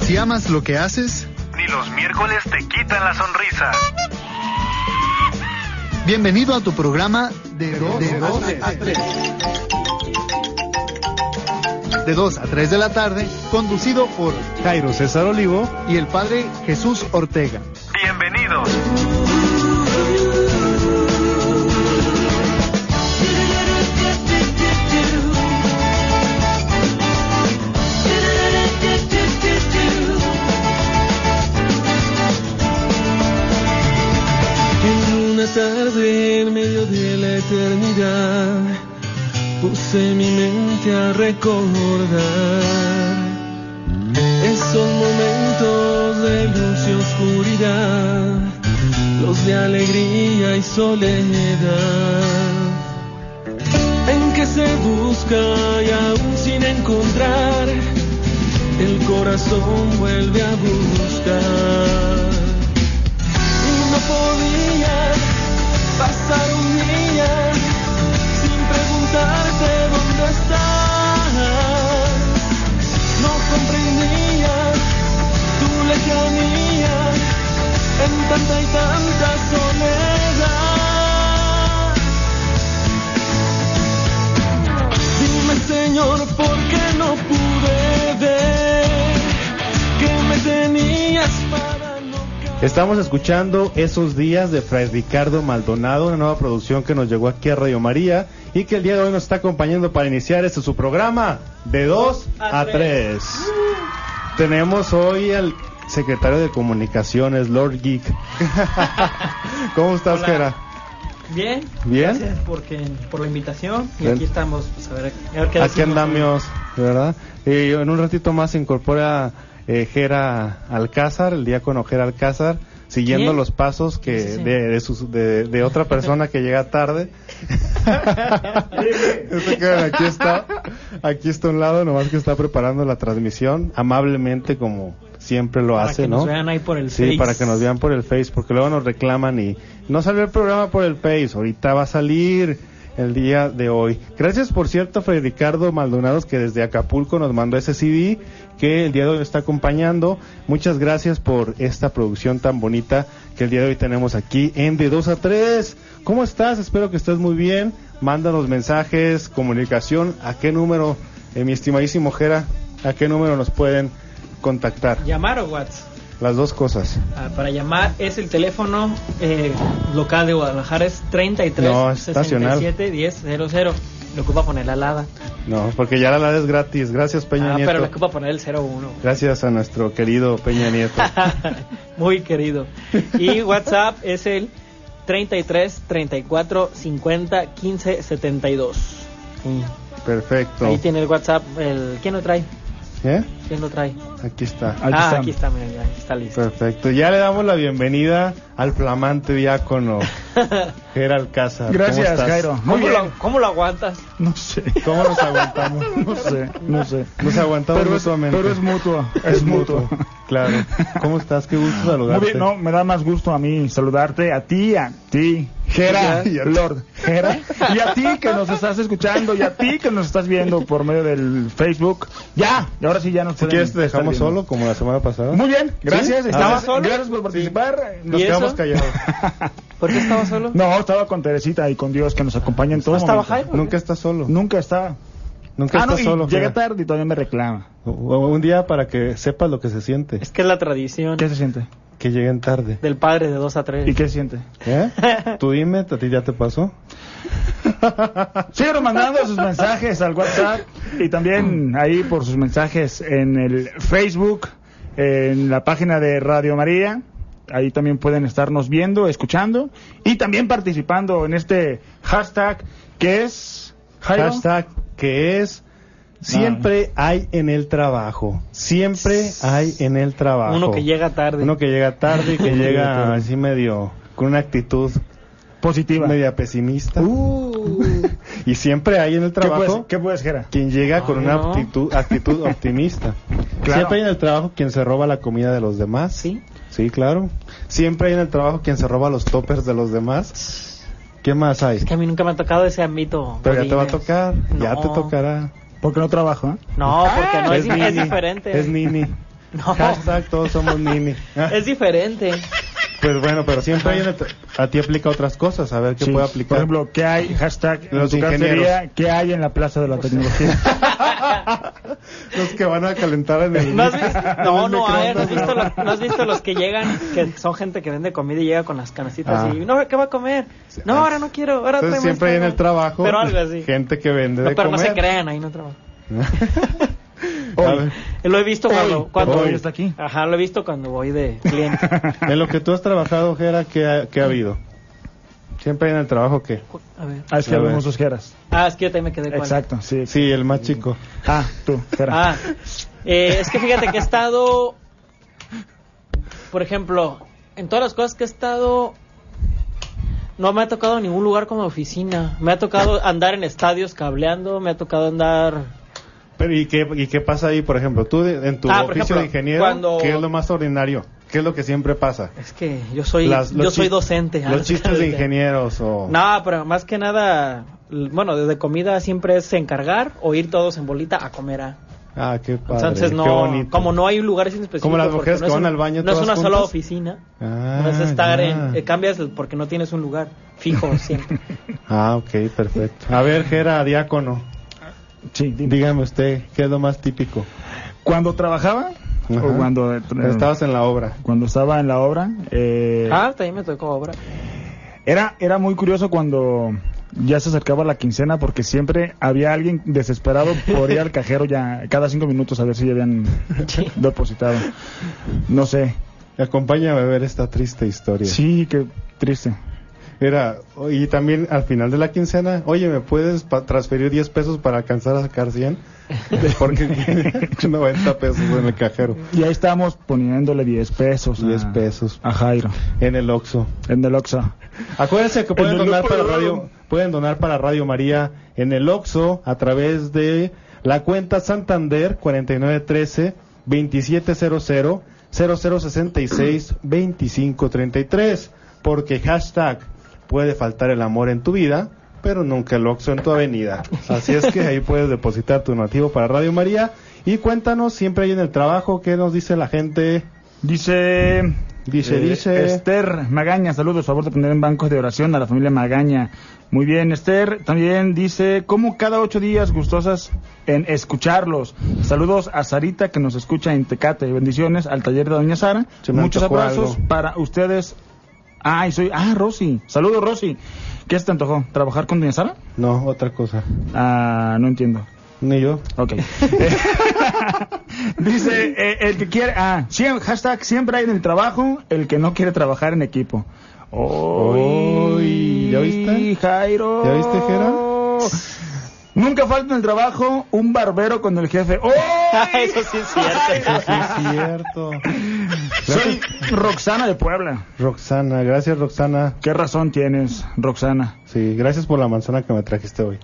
Si amas lo que haces, ni los miércoles te quitan la sonrisa. bienvenido a tu programa de 2 a 3. De 2 a 3 de la tarde, conducido por Jairo César Olivo. y el padre Jesús Ortega. Bienvenidos. En una tarde en medio de la eternidad puse mi mente a recordar esos momentos de luz y oscuridad, los de alegría y soledad, en que se busca y aún sin encontrar, el corazón vuelve a buscar y no podía pasar un día sin preguntarte dónde estás. No comprendía tu lejanía en tanta y tanta soledad. Dime Señor, ¿por qué no pude ver que me tenías para no caer? Estamos escuchando Esos Días de Fray Ricardo Maldonado, una nueva producción que nos llegó aquí a Radio María y que el día de hoy nos está acompañando para iniciar este su programa de 2 a 3. Tenemos hoy al secretario de Comunicaciones, Lord Geek. ¿Cómo estás, Hola. Jera? Bien, Bien. gracias porque, por la invitación y Bien. aquí estamos, pues a ver, a ver qué Aquí decimos. andamos, ¿verdad? Y en un ratito más se incorpora eh, Jera Alcázar, el diácono Jera Alcázar, siguiendo ¿Quién? los pasos que Sí, sí, sí. De, de sus- de- de otra persona que llega tarde. Se quedan, aquí está, aquí está a un lado, nomás que está preparando la transmisión, amablemente como siempre lo Para hace, que ¿no? nos vean ahí por el Sí, Face. para que nos vean por el Face, porque luego nos reclaman y no salió el programa por el Face, ahorita va a salir el día de hoy. Gracias, por cierto, a Fray Ricardo Maldonados, que desde Acapulco nos mandó ese CD que el día de hoy está acompañando. Muchas gracias por esta producción tan bonita que el día de hoy tenemos aquí en De 2 a 3. ¿Cómo estás? Espero que estés muy bien. Mándanos mensajes, comunicación. ¿A qué número, eh, mi estimadísimo Jera? ¿A qué número nos pueden contactar? Llamar o WhatsApp. Las dos cosas. Ah, para llamar es el teléfono eh, local de Guadalajara, es 33 No, es nacional. 67 10 00. Le ocupa poner la alada. No, porque ya la la es gratis. Gracias, Peña Ah, Nieto. pero le ocupa poner el 01. Gracias a nuestro querido Peña Nieto. Muy querido. Y WhatsApp es el 33 34 50 15 72. Perfecto. Ahí tiene el WhatsApp. El, ¿Quién lo trae? ¿Eh? ¿Quién lo trae? Aquí está. ah, aquí está, mira, ya, está listo. Perfecto. Ya le damos la bienvenida al flamante diácono Gerald Cázar. ¿Cómo Gracias, estás? Jairo. Muy ¿Cómo bien. lo, ¿Cómo lo aguantas? No sé, ¿Cómo nos aguantamos? no sé, no sé. Nos aguantamos Pero es, mutuamente. pero es mutuo, Es mutuo. Claro. ¿Cómo estás? Qué gusto Muy saludarte. bien, no, me da más gusto a mí saludarte, a ti, a ti, Jera, Y a- Lord, Jera, y a ti que nos estás escuchando, y a ti que nos estás viendo por medio del Facebook. Ya, y ahora sí ya nos Si pueden quieres te estar dejamos viendo. solo como la semana pasada. Muy bien, gracias, ¿Sí? estaba Ah, solo? gracias por participar. Nos ¿Y quedamos eso? callados. ¿Por qué estaba solo? No, estaba con Teresita y con Dios que nos acompaña en todo ¿No estaba momento. Jairo? Nunca estás solo. Nunca estaba. Nunca Ah, no, estás y solo. llegué Gerald. tarde y todavía me reclama. O- o Un día para que sepas lo que se siente. Es que es la tradición ¿Qué se siente? Que lleguen tarde. del padre de 2 a 3. ¿Y qué se siente? ¿Eh? Tú dime, ¿a ti ya te pasó? Sigan mandando sus mensajes al WhatsApp y también ahí por sus mensajes en el Facebook, en la página de Radio María. Ahí también pueden estarnos viendo, escuchando y también participando en este hashtag que es Jairo. Hashtag que es siempre hay en el trabajo. Siempre hay en el trabajo. Uno que llega tarde. Uno que llega tarde y que llega así medio con una actitud positiva. media pesimista. Uh, Y siempre hay en el ¿Qué puedes, trabajo qué puedes, Jera? quien llega con Ay, una Ah, no. actitud, actitud optimista. Claro. Siempre hay en el trabajo quien se roba la comida de los demás. Sí. Sí, claro. Siempre hay en el trabajo quien se roba los toppers de los demás. ¿Qué más hay? Es que a mí nunca me ha tocado ese ámbito. Pero ya te va a Godínez. tocar, ya No. te tocará. Porque no trabajo, ¿eh? No, porque no es, nini, es diferente. Es Nini. No. Hashtag todos somos nini. Es diferente. Pues bueno, pero siempre hay una- a ti aplica otras cosas, a ver qué Sí. puede aplicar. Por ejemplo, ¿qué hay? Hashtag en Los tu ingenieros. Pues, cafetería, ¿qué hay en la Plaza de la Tecnología? los que van a calentar en el... ¿No has visto? No, el no, a ver, ¿no microondas, has, visto no? los, no has visto los que llegan, que son gente que vende comida y llega con las canasitas Ah. y, no, ¿qué va a comer? No, ahora no quiero, ahora Entonces tráeme siempre hay esto". en el trabajo Pero algo así. gente que vende No, de pero no se comer. Oh. crean, ahí no trabajo. A ver, Lo he visto cuando, cuando Hoy está aquí. Ajá, lo he visto cuando voy de cliente. en lo que tú has trabajado, Jera, ¿qué ha, qué ha habido? Siempre hay en el trabajo que... A ver. Ah, es que A ver. algunos ojeras. Ah, es que yo también me quedé con Exacto, sí. Sí, el más chico. Ah, tú, espera. Ah, eh, es que fíjate que he estado, por ejemplo, en todas las cosas que he estado, no me ha tocado ningún lugar como oficina. Me ha tocado andar en estadios cableando, me ha tocado andar... Pero ¿y qué, y qué pasa ahí, por ejemplo? Tú de- en tu Ah, por oficio ejemplo, de ingeniero, cuando- ¿qué es lo más ordinario? ¿Qué es lo que siempre pasa? Es que yo soy, Las- los yo soy chis- docente. ah. Los chistes de ingenieros o... No, pero más que nada, l- bueno, desde comida siempre es encargar o ir todos en bolita a comer. ah. Ah, qué padre, Entonces qué no, bonito. como no hay lugares en específico. Como las porque mujeres no que es van un- al baño No es todas una sola juntas. oficina. Ah, No es estar ya. en. eh, cambias el- porque no tienes un lugar fijo siempre. Ah, ok, perfecto. A ver, Gera, diácono, Sí, dime. dígame usted, ¿qué es lo más típico? ¿Cuándo trabajaba? Ajá. ¿O cuando, eh, Estabas en la obra. cuando estaba en la obra? Eh, ah, también me tocó obra. Era, era muy curioso cuando ya se acercaba la quincena porque siempre había alguien desesperado por ir al cajero ya cada cinco minutos a ver si ya habían depositado. No sé. Acompáñame a ver esta triste historia. Sí, qué triste. Era, y también al final de la quincena, oye, ¿me puedes pa- transferir 10 pesos para alcanzar a sacar 100? Porque 90 pesos en el cajero, Y ahí estamos poniéndole 10 pesos. 10 a- pesos. A Jairo, en el Oxxo. en el Oxa. Acuérdense que pueden En el donar Oxxo. para Radio, pueden donar para Radio María en el Oxxo a través de la cuenta Santander 4913 2700 0066 2533 porque hashtag puede faltar el amor en tu vida, pero nunca el Oxxo en tu avenida. Así es que ahí puedes depositar tu nativo para Radio María y cuéntanos siempre ahí en el trabajo qué nos dice la gente. Dice. eh, Dice, dice. Esther Magaña, saludos, favor de poner en bancos de oración a la familia Magaña. Muy bien, Esther. También dice, como cada ocho días gustosas en escucharlos. Saludos a Sarita que nos escucha en Tecate. Bendiciones al taller de Doña Sara. Se me Muchos antojó abrazos algo. para ustedes. Ay, soy. Ah, Rosy. Saludos, Rosy. ¿Qué se te antojó? ¿Trabajar con Doña Sara? No, otra cosa. Ah, no entiendo. Ni yo. Ok. Dice, eh, el que quiere, ah, siem- hashtag siempre hay en el trabajo el que no quiere trabajar en equipo. Oy, ¿ya viste? Jairo. ¿Ya viste, Jera? Nunca falta en el trabajo un barbero con el jefe. ¡Oy! Eso sí es cierto. Sí, es cierto. Soy Roxana de Puebla. Roxana, gracias Roxana. ¿Qué razón tienes, Roxana? Sí, gracias por la manzana que me trajiste hoy.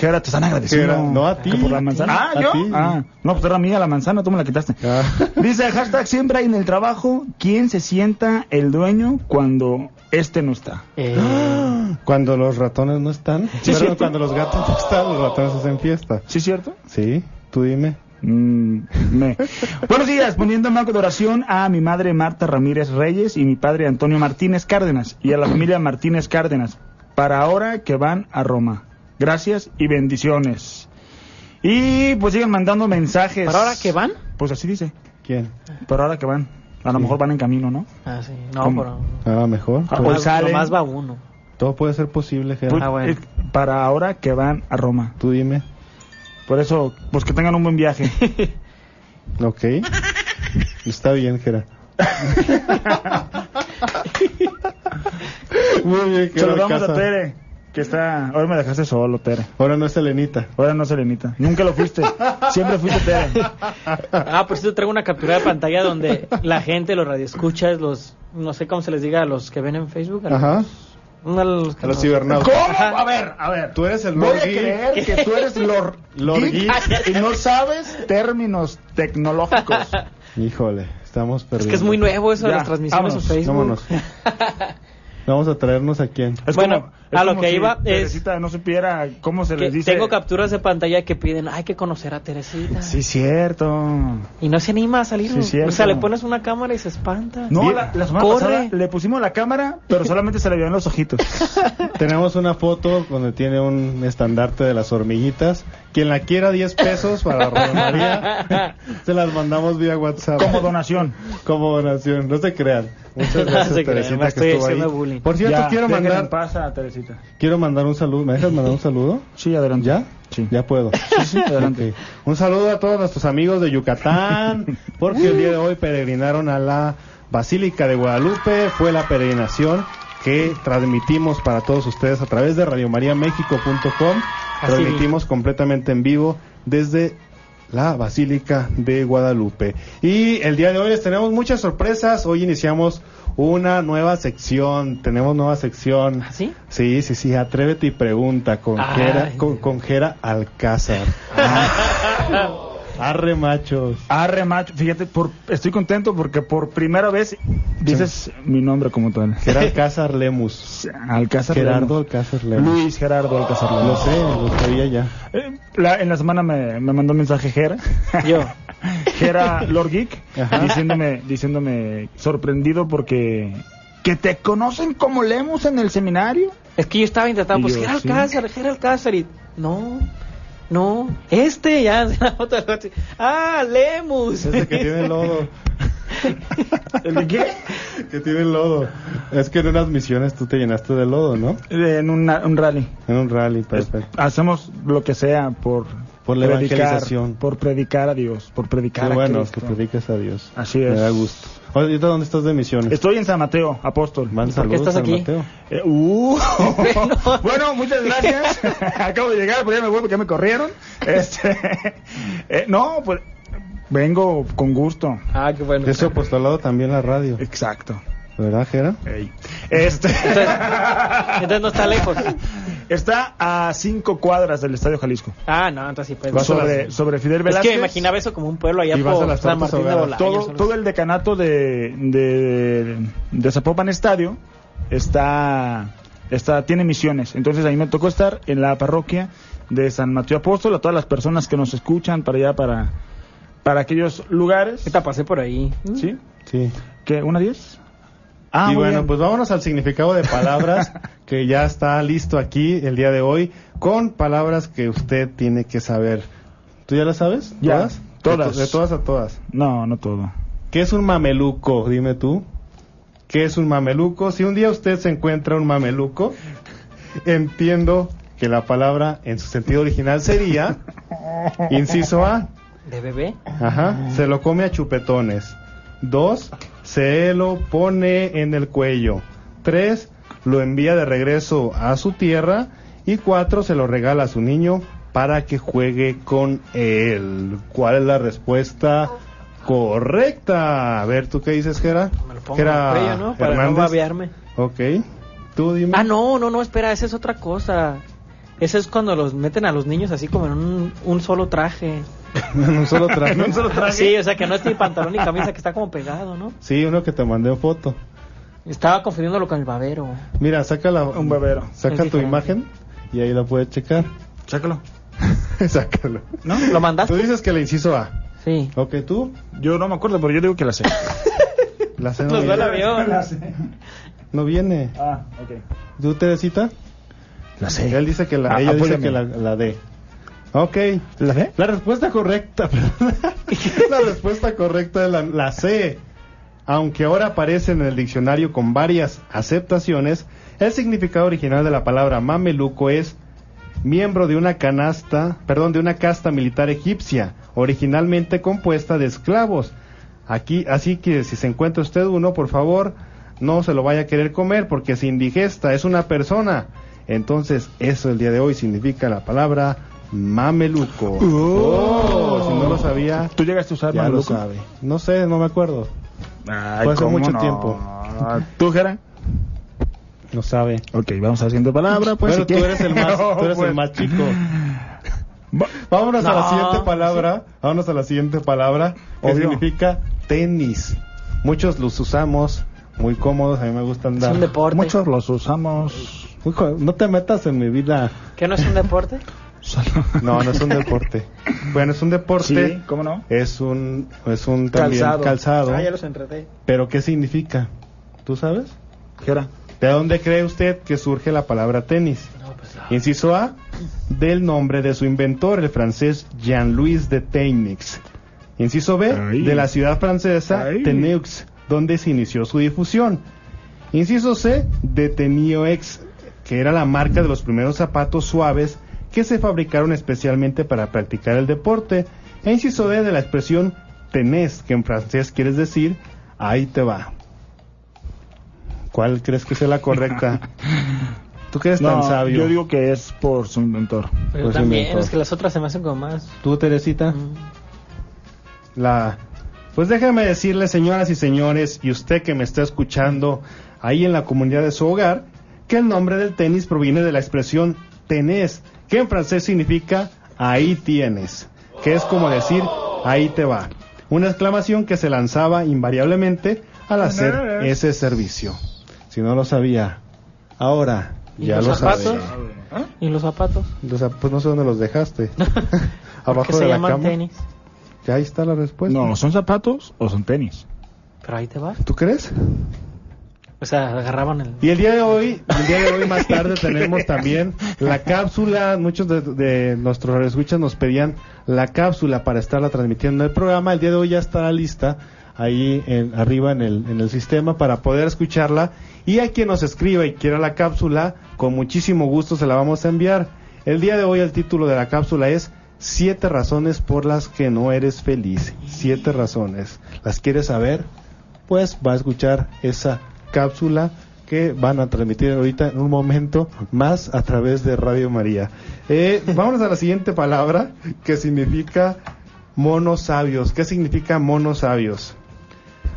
Jera, te están agradeciendo. Jera, no, a ti, Que Por a la ti, manzana. a Ah, ¿yo? ti. Ah, no, pues era mía la manzana, tú me la quitaste. Ah. Dice hashtag siempre hay en el trabajo quien se sienta el dueño cuando este no está. Eh. Cuando los ratones no están, Sí, Perdón, cierto. cuando los gatos no están, los ratones hacen fiesta. ¿Sí es cierto? Sí, tú dime. Mm, me. Buenos días, poniendo en banco de oración a mi madre Marta Ramírez Reyes y mi padre Antonio Martínez Cárdenas y a la familia Martínez Cárdenas para ahora que van a Roma. Gracias y bendiciones. Y pues sigan mandando mensajes. ¿Para ahora que van? Pues así dice. ¿Quién? Pero ahora que van, a lo mejor van en camino, ¿no? Ah, sí. No, ¿Cómo? pero. Ah, mejor. Ah, Pues, pues salen. Nomás va uno. todo puede ser posible, Pues, Jera. Ah, bueno. eh, Para ahora que van a Roma. Tú dime. Por eso, pues que tengan un buen viaje. Ok. Está bien, Jera. Muy bien, Jera. Saludamos Alcázar. a Tere, que está... Ahora me dejaste solo, Tere. Ahora no es Elenita. Ahora no, Serenita. Nunca lo fuiste. Siempre fuiste Tere. Ah, por cierto, traigo una captura de pantalla donde la gente, los radioescuchas, los. No sé cómo se les diga a los que ven en Facebook. a los- Ajá. no, a los que A los no. cibernautas. A ver, a ver. Tú eres el Voy a Lord Geek. creer que tú eres Lord, Lord Geek y no sabes términos tecnológicos. Híjole, estamos Es perdidos. que es muy nuevo eso de Ya, las transmisiones vámonos, en Facebook. Vámonos. Vamos a traernos a quién. Es Bueno, como- a lo como que si iba es- Teresita no supiera cómo se Que les dice. Tengo capturas de pantalla que piden, hay que conocer a Teresita. Sí, cierto. Y no se anima a salir. Sí, o cierto. sea, le pones una cámara y se espanta. No, Bien. la, la semana Corre. pasada le pusimos la cámara, pero solamente se le vieron los ojitos. Tenemos una foto donde tiene un estandarte de las hormiguitas. Quien la quiera, 10 pesos para Radio María. Se las mandamos vía WhatsApp. Como donación. Como donación. No se crean. Muchas No gracias, se crean, Teresita, me que estoy estuvo haciendo ahí. bullying. Por cierto, Ya, quiero déjenla mandar, en paz a Teresita. quiero mandar un saludo. ¿Me dejas mandar un saludo? Sí, adelante. ¿Ya? Sí. Ya puedo. sí, adelante. Ok. Un saludo a todos nuestros amigos de Yucatán, porque el día de hoy peregrinaron a la Basílica de Guadalupe. Fue la peregrinación que transmitimos para todos ustedes a través de radiomariamexico.com. Así Transmitimos completamente en vivo desde la Basílica de Guadalupe. Y el día de hoy les tenemos muchas sorpresas. Hoy iniciamos una nueva sección. Tenemos nueva sección. ¿Ah, sí? Sí, sí, sí, atrévete y pregunta con Ay. Jera, con, con Jera Alcázar. Ah. Arre machos. Arre, macho. Fíjate, por, estoy contento porque por primera vez dices mi nombre como tal. Jera Alcázar Lemus. Alcázar Gerardo Gerardo. Alcázar Lemus. Luis Gerardo Alcázar Lo Lemus. sé, lo sabía ya. Eh, la- en la semana me, me mandó un mensaje Jera. Yo. Jera Lord Geek. Ajá. Diciéndome, diciéndome sorprendido porque... Que te conocen como Lemus en el seminario. Es que yo estaba intentando, Y pues yo, Gerald sí. Alcázar, Gerald Alcázar. Y no, no, este ya. la otra noche. Ah, Lemus. Ese que tiene lodo. ¿El de qué? Que tiene lodo. Es que en unas misiones tú te llenaste de lodo, ¿no? En una- un rally. En un rally, perfecto. Hacemos lo que sea por... Por la predicar, evangelización. Por predicar a Dios, por Qué predicar a bueno Cristo. que prediques a Dios. Así es. Me da gusto. Oye, ¿ahorita dónde estás de misiones? Estoy en San Mateo, apóstol. Van por qué saludos estás San aquí? Mateo. Eh, uh. bueno, muchas gracias. Acabo de llegar, pero ya me voy porque ya me corrieron. Este, eh, no, pues vengo con gusto. Ah, qué bueno. De su apostolado también la radio. Exacto. ¿Verdad, Jera? Ey. Este Entonces, entonces no está lejos. está a cinco cuadras del Estadio Jalisco. Ah, no, entonces sí, pues. Vas a las- Sobre, sobre Fidel Es Velázquez. que me imaginaba eso como un pueblo allá Y vas a por las San tortas Martín de ahogadas. Bolaños. todo, todo el decanato de, de, de Zapopan Estadio está, está, tiene misiones. Entonces ahí me tocó estar en la parroquia de San Mateo Apóstol, a todas las personas que nos escuchan para allá, para, para aquellos lugares. Ahorita pasé por ahí. ¿Sí? Sí. ¿Qué? ¿Una diez? y Ah, muy bueno, bien. pues vámonos al significado de palabras que ya está listo aquí el día de hoy con palabras que usted tiene que saber. ¿Tú ya las sabes? Ya, ¿Todas? todas. De, to- de todas a todas. No, no todo. ¿Qué es un mameluco? Dime tú. ¿Qué es un mameluco? Si un día usted se encuentra un mameluco, entiendo que la palabra en su sentido original sería, inciso A, ¿De bebé? Ajá, se lo come a chupetones. Dos, se lo pone en el cuello. Tres, lo envía de regreso a su tierra. Y cuatro, se lo regala a su niño para que juegue con él. ¿Cuál es la respuesta correcta? A ver, ¿tú qué dices, Gera? Me lo pongo en Gera el cuello, ¿no? Para Hernández. no babearme. Ok, tú dime. Ah, no, no, no, espera, esa es otra cosa. Esa es cuando los meten a los niños así como en un, un solo traje. En un solo traje. Sí, o sea que no es ni pantalón ni camisa, que está como pegado, ¿no? Sí, uno que te mandé foto. Estaba confundiéndolo con el babero. Mira, saca la... Un bebero. Saca Es tu diferente. imagen y ahí la puedes checar. Chácalo. Sácalo. ¿No? ¿Lo Tú mandaste? dices que le inciso A. Sí. Ok, tú. Yo no me acuerdo, pero yo digo que la sé. La C no, Nos va el viene. avión. No viene. Ah, ok. ¿Tú, Teresita? La sé. Él dice que la, Ah, ella dice apóyame. que la, la D. Ok. ¿La sé? La respuesta correcta, perdón. La respuesta correcta es la, la C. Aunque ahora aparece en el diccionario con varias aceptaciones, el significado original de la palabra mameluco es miembro de una canasta, perdón, de una casta militar egipcia, originalmente compuesta de esclavos. Aquí, así que si se encuentra usted uno, por favor, no se lo vaya a querer comer porque es indigesta, es una persona. Entonces, eso el día de hoy significa la palabra mameluco. Oh, si no lo sabía, ¿Tú llegaste a usar ya lo mameluco? sabe. No sé, no me acuerdo. Ay, Fue hace ¿cómo mucho no? tiempo. ¿Tú, Jera? No sabe. Ok, vamos a la siguiente palabra. Pero Pues, si tú eres quieres. el más, No, tú eres pues. el más chico. Va- Vámonos a la No. siguiente palabra. Vámonos a la siguiente palabra que Obvio. significa tenis. Muchos los usamos muy cómodos, a mí me gusta andar. Es un deporte. Muchos los usamos. Muy co- no te metas en mi vida. ¿Qué no es un deporte? solo- No, no es un deporte. Bueno, es un deporte. Sí, ¿cómo no? Es un, es un también calzado. Ah, ya los entreté. Pero ¿qué significa? ¿Tú sabes? ¿Qué hora? ¿De dónde cree usted que surge la palabra tenis? Inciso A, del nombre de su inventor, el francés Jean-Louis de Teinix. Inciso B, Ay. de la ciudad francesa Ay. Teneux, donde se inició su difusión. Inciso C, de Tenioex, que era la marca de los primeros zapatos suaves que se fabricaron especialmente para practicar el deporte. E inciso D, de la expresión tenés, que en francés quiere decir ahí te va. ¿Cuál crees que sea la correcta? Tú que eres tan No, sabio. yo digo que es por su inventor. Pero Pues también, inventó. es que las otras se me hacen como más. Tú, Teresita. Mm. La. Pues déjame decirle, señoras y señores, y usted que me está escuchando ahí en la comunidad de su hogar, que el nombre del tenis proviene de la expresión tenés, que en francés significa ahí tienes, que es como decir ahí te va. Una exclamación que se lanzaba invariablemente al hacer ese servicio. Si no lo sabía, ahora ¿Y ya los lo zapatos? sabe. ¿Y los zapatos? Los zap- pues no sé dónde los dejaste. Porque Abajo se de la llaman cama. tenis. Ya ahí está la respuesta. No, ¿son zapatos o son tenis? Pero ahí te va. ¿Tú crees? O sea, agarraban el. Y el día de hoy, el día de hoy más tarde tenemos también la cápsula. Muchos de, de nuestros escuchas nos pedían la cápsula para estarla transmitiendo el programa. El día de hoy ya estará lista ahí en- arriba en el, en el sistema para poder escucharla. Y a quien nos escriba y quiera la cápsula, con muchísimo gusto se la vamos a enviar. El día de hoy el título de la cápsula es Siete razones por las que no eres feliz. Siete razones. ¿Las quieres saber? pues va a escuchar esa cápsula que van a transmitir ahorita en un momento más a través de Radio María. Eh, vámonos a la siguiente palabra que significa monos sabios. ¿Qué significa monos sabios?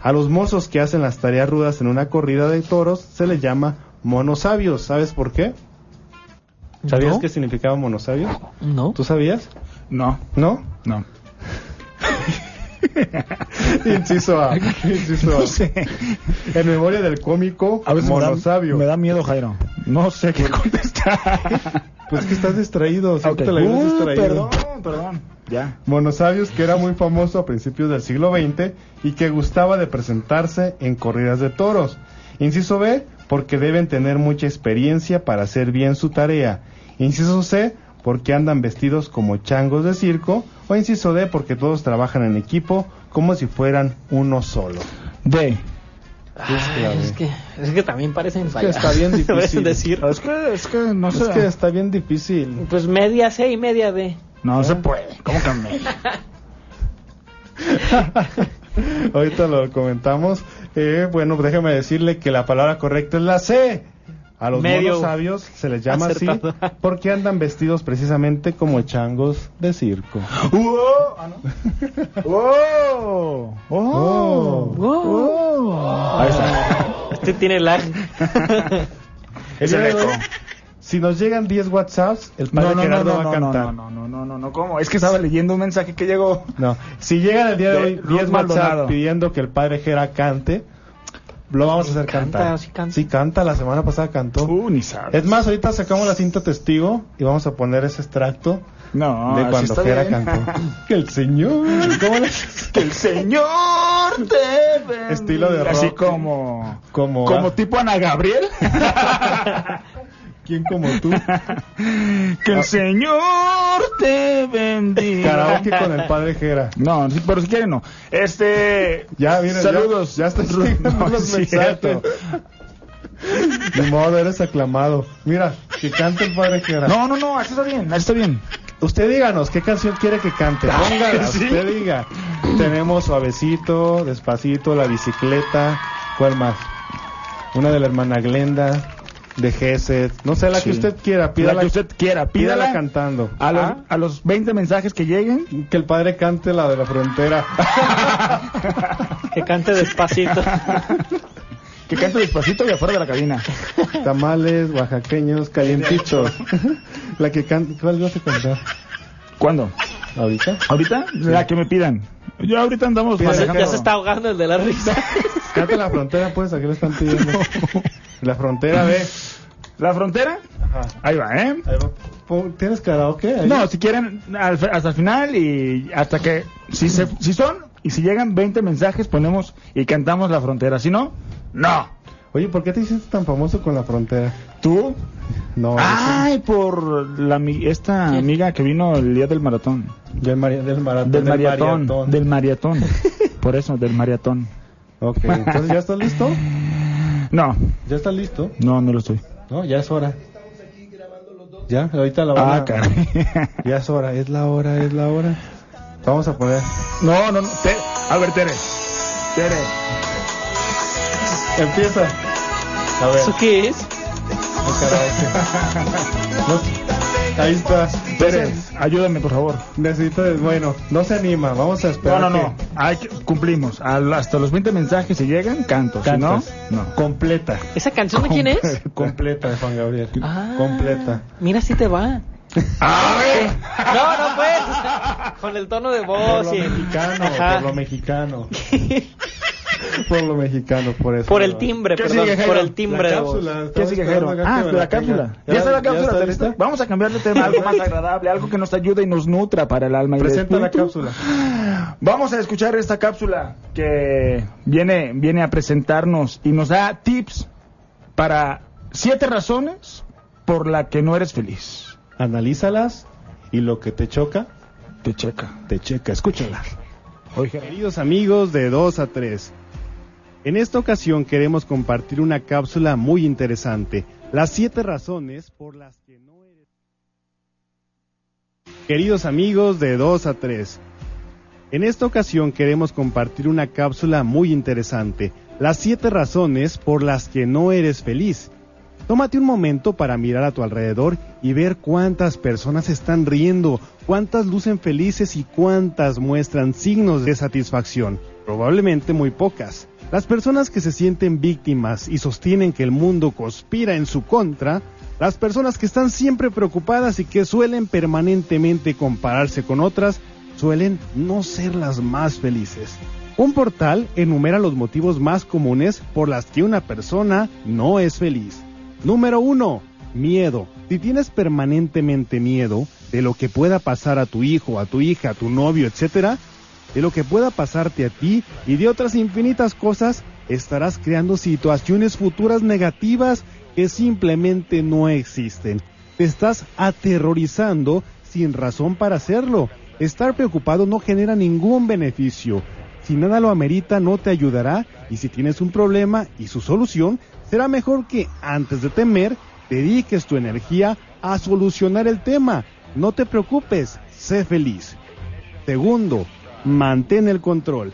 A los mozos que hacen las tareas rudas en una corrida de toros se les llama monos sabios. ¿Sabes por qué? ¿Sabías ¿No? qué significaba monos sabios? No. ¿Tú sabías? No, ¿No? no. Inciso A. Inciso A. En memoria del cómico A veces me mono da, sabio. me da miedo, Jairo. No sé qué contestar. Pues que estás distraído, siempre Ok. te la llevas Uh, distraído. perdón, perdón. Ya. Monosabios, que era muy famoso a principios del siglo XX y que gustaba de presentarse en corridas de toros. Inciso B, porque deben tener mucha experiencia para hacer bien su tarea. Inciso C, porque andan vestidos como changos de circo. O inciso D, porque todos trabajan en equipo como si fueran uno solo. D. Ay, es, que, es que también parecen que fallar. está bien difícil. decir. Es que, es que no Es que está bien difícil. ¿Eh? Pues media C y media D. No se puede. ¿Cómo que me? Ahorita lo comentamos. Eh, bueno, déjame decirle que la palabra correcta es la C. A los Medio monos sabios se les llama acertado. así porque andan vestidos precisamente como changos de circo. ¡Oh! Ah, no. ¡Oh! ¡Oh! Oh. ¡Oh! Ahí está. Este tiene lag. El Es día el de eco. hoy, si nos llegan 10 WhatsApps, el padre No, no, no, Gerardo no, va a no, no, cantar. no, no, no, no, no, no, ¿cómo? Es que estaba leyendo un mensaje que llegó. No, si llegan el día de De hoy Ruth 10 WhatsApp Maldonado. pidiendo que el padre Gera cante, lo vamos a hacer Canta, cantar. sí canta. Sí canta, la semana pasada cantó. Uh, ni sabes. Es más, ahorita sacamos la cinta testigo y vamos a poner ese extracto No, de así cuando está Jera bien. cantó. Que el señor. ¿Cómo le- Que el Señor te bendiga. Estilo de Así rock. como... Como, Como tipo Ana Gabriel. ¿Quién como tú? Ah. que el Señor te bendiga. Karaoke con el padre Jera. No, sí, pero si quieren no. Este... Ya, mira, ya- Saludos. ya estás Ru- llegando no, los es cierto. mensajes. Ni modo, eres aclamado. Mira, que cante el padre Jera. No, no, no, así está bien, así está bien. Ah, Usted díganos qué canción quiere que cante. Póngala, sí. usted diga. Tenemos suavecito, despacito, la bicicleta. ¿Cuál más? Una de la hermana Glenda, de Gesed. No sé, la que Sí. usted quiera. Pídala Pídala, que usted quiera, pídala, pídala. cantando. A los, Ah, a los 20 mensajes que lleguen. Que el padre cante la de la frontera. Que cante despacito. Que cante despacito y afuera de la cabina. Tamales, oaxaqueños, calientitos. la que canta. ¿Cuál vas a cantar? ¿Cuándo? ¿Ahorita? ¿Ahorita? La que me pidan. Ya ahorita andamos Pídale, Ya manejando. se está ahogando el de la risa. Canta la frontera, pues, ¿a qué le están pidiendo? La frontera, ve. ¿La frontera? Ajá. Ahí va, ¿eh? Ahí va. Pon- ¿Tienes karaoke? Ahí? No, si quieren, al- hasta el final y hasta que, si, se, si son y si llegan 20 mensajes, ponemos y cantamos la frontera. Si no, no. Oye, ¿por qué te hiciste tan famoso con la frontera? ¿Tú? No, Ay, por la, ami- esta amiga que vino el día del maratón. yo del, mari- del maratón. Del maratón. maratón. Del maratón. Por eso, del maratón. Ok, entonces, ¿ya estás listo? No, ¿Ya estás listo? no, no lo estoy. No, ya es hora. Ya, ahorita la hora. Ah, caray. Ya es hora, es la hora, es la hora. Vamos a poner. No, no, no. Te- a ver, Tere. Tere. Empieza. A ver, ¿Eso qué es? oh, Ah, caray. No, ahí está. Tere, Tere, ayúdame, por favor. necesito. Bueno, no se anima, vamos a No, esperar. no, no. que Hay que- cumplimos. Al- hasta los 20 mensajes se llegan, canto. Si no, cantas. no. Completa. ¿Esa canción de quién es? Completa de Juan Gabriel. Ah, Completa. Mira si te va. A ver. No, no pues. o sea, Con el tono de Por eh. voz lo y. mexicano, Ajá. por lo mexicano. Por lo mexicano, por eso. Por el timbre, ¿Qué perdón. sigue, Jairo? por el timbre La de voz. cápsula, estamos ¿Qué sigue, Jairo? esperando acá Ah, que me la tengan. cápsula. Ya está la cápsula, está Tere. lista? Vamos a cambiar de tema, algo más agradable, algo que nos ayude y nos nutra para el alma y el Presenta la espíritu. cápsula. Vamos a escuchar esta cápsula que viene, viene a presentarnos y nos da tips para siete razones por la que no eres feliz. Analízalas y lo que te choca, Te checa. te checa. Escúchala. Oye, Queridos amigos de 2 a 3, en esta ocasión queremos compartir una cápsula muy interesante, las 7 razones por las que no eres... Queridos amigos de 2 a 3, en esta ocasión queremos compartir una cápsula muy interesante, las 7 razones por las que no eres feliz. Tómate un momento para mirar a tu alrededor y ver cuántas personas están riendo, cuántas lucen felices y cuántas muestran signos de satisfacción. Probablemente muy pocas. Las personas que se sienten víctimas y sostienen que el mundo conspira en su contra, las personas que están siempre preocupadas y que suelen permanentemente compararse con otras, suelen no ser las más felices. Un portal enumera los motivos más comunes por las que una persona no es feliz. Número 1. Miedo. Si tienes permanentemente miedo de lo que pueda pasar a tu hijo, a tu hija, a tu novio, etcétera, de lo que pueda pasarte a ti y de otras infinitas cosas, estarás creando situaciones futuras negativas que simplemente no existen. Te estás aterrorizando sin razón para hacerlo. Estar preocupado no genera ningún beneficio. Si nada lo amerita, no te ayudará y si tienes un problema y su solución, será mejor que antes de temer, dediques tu energía a solucionar el tema. No te preocupes, sé feliz. Segundo, mantén el control.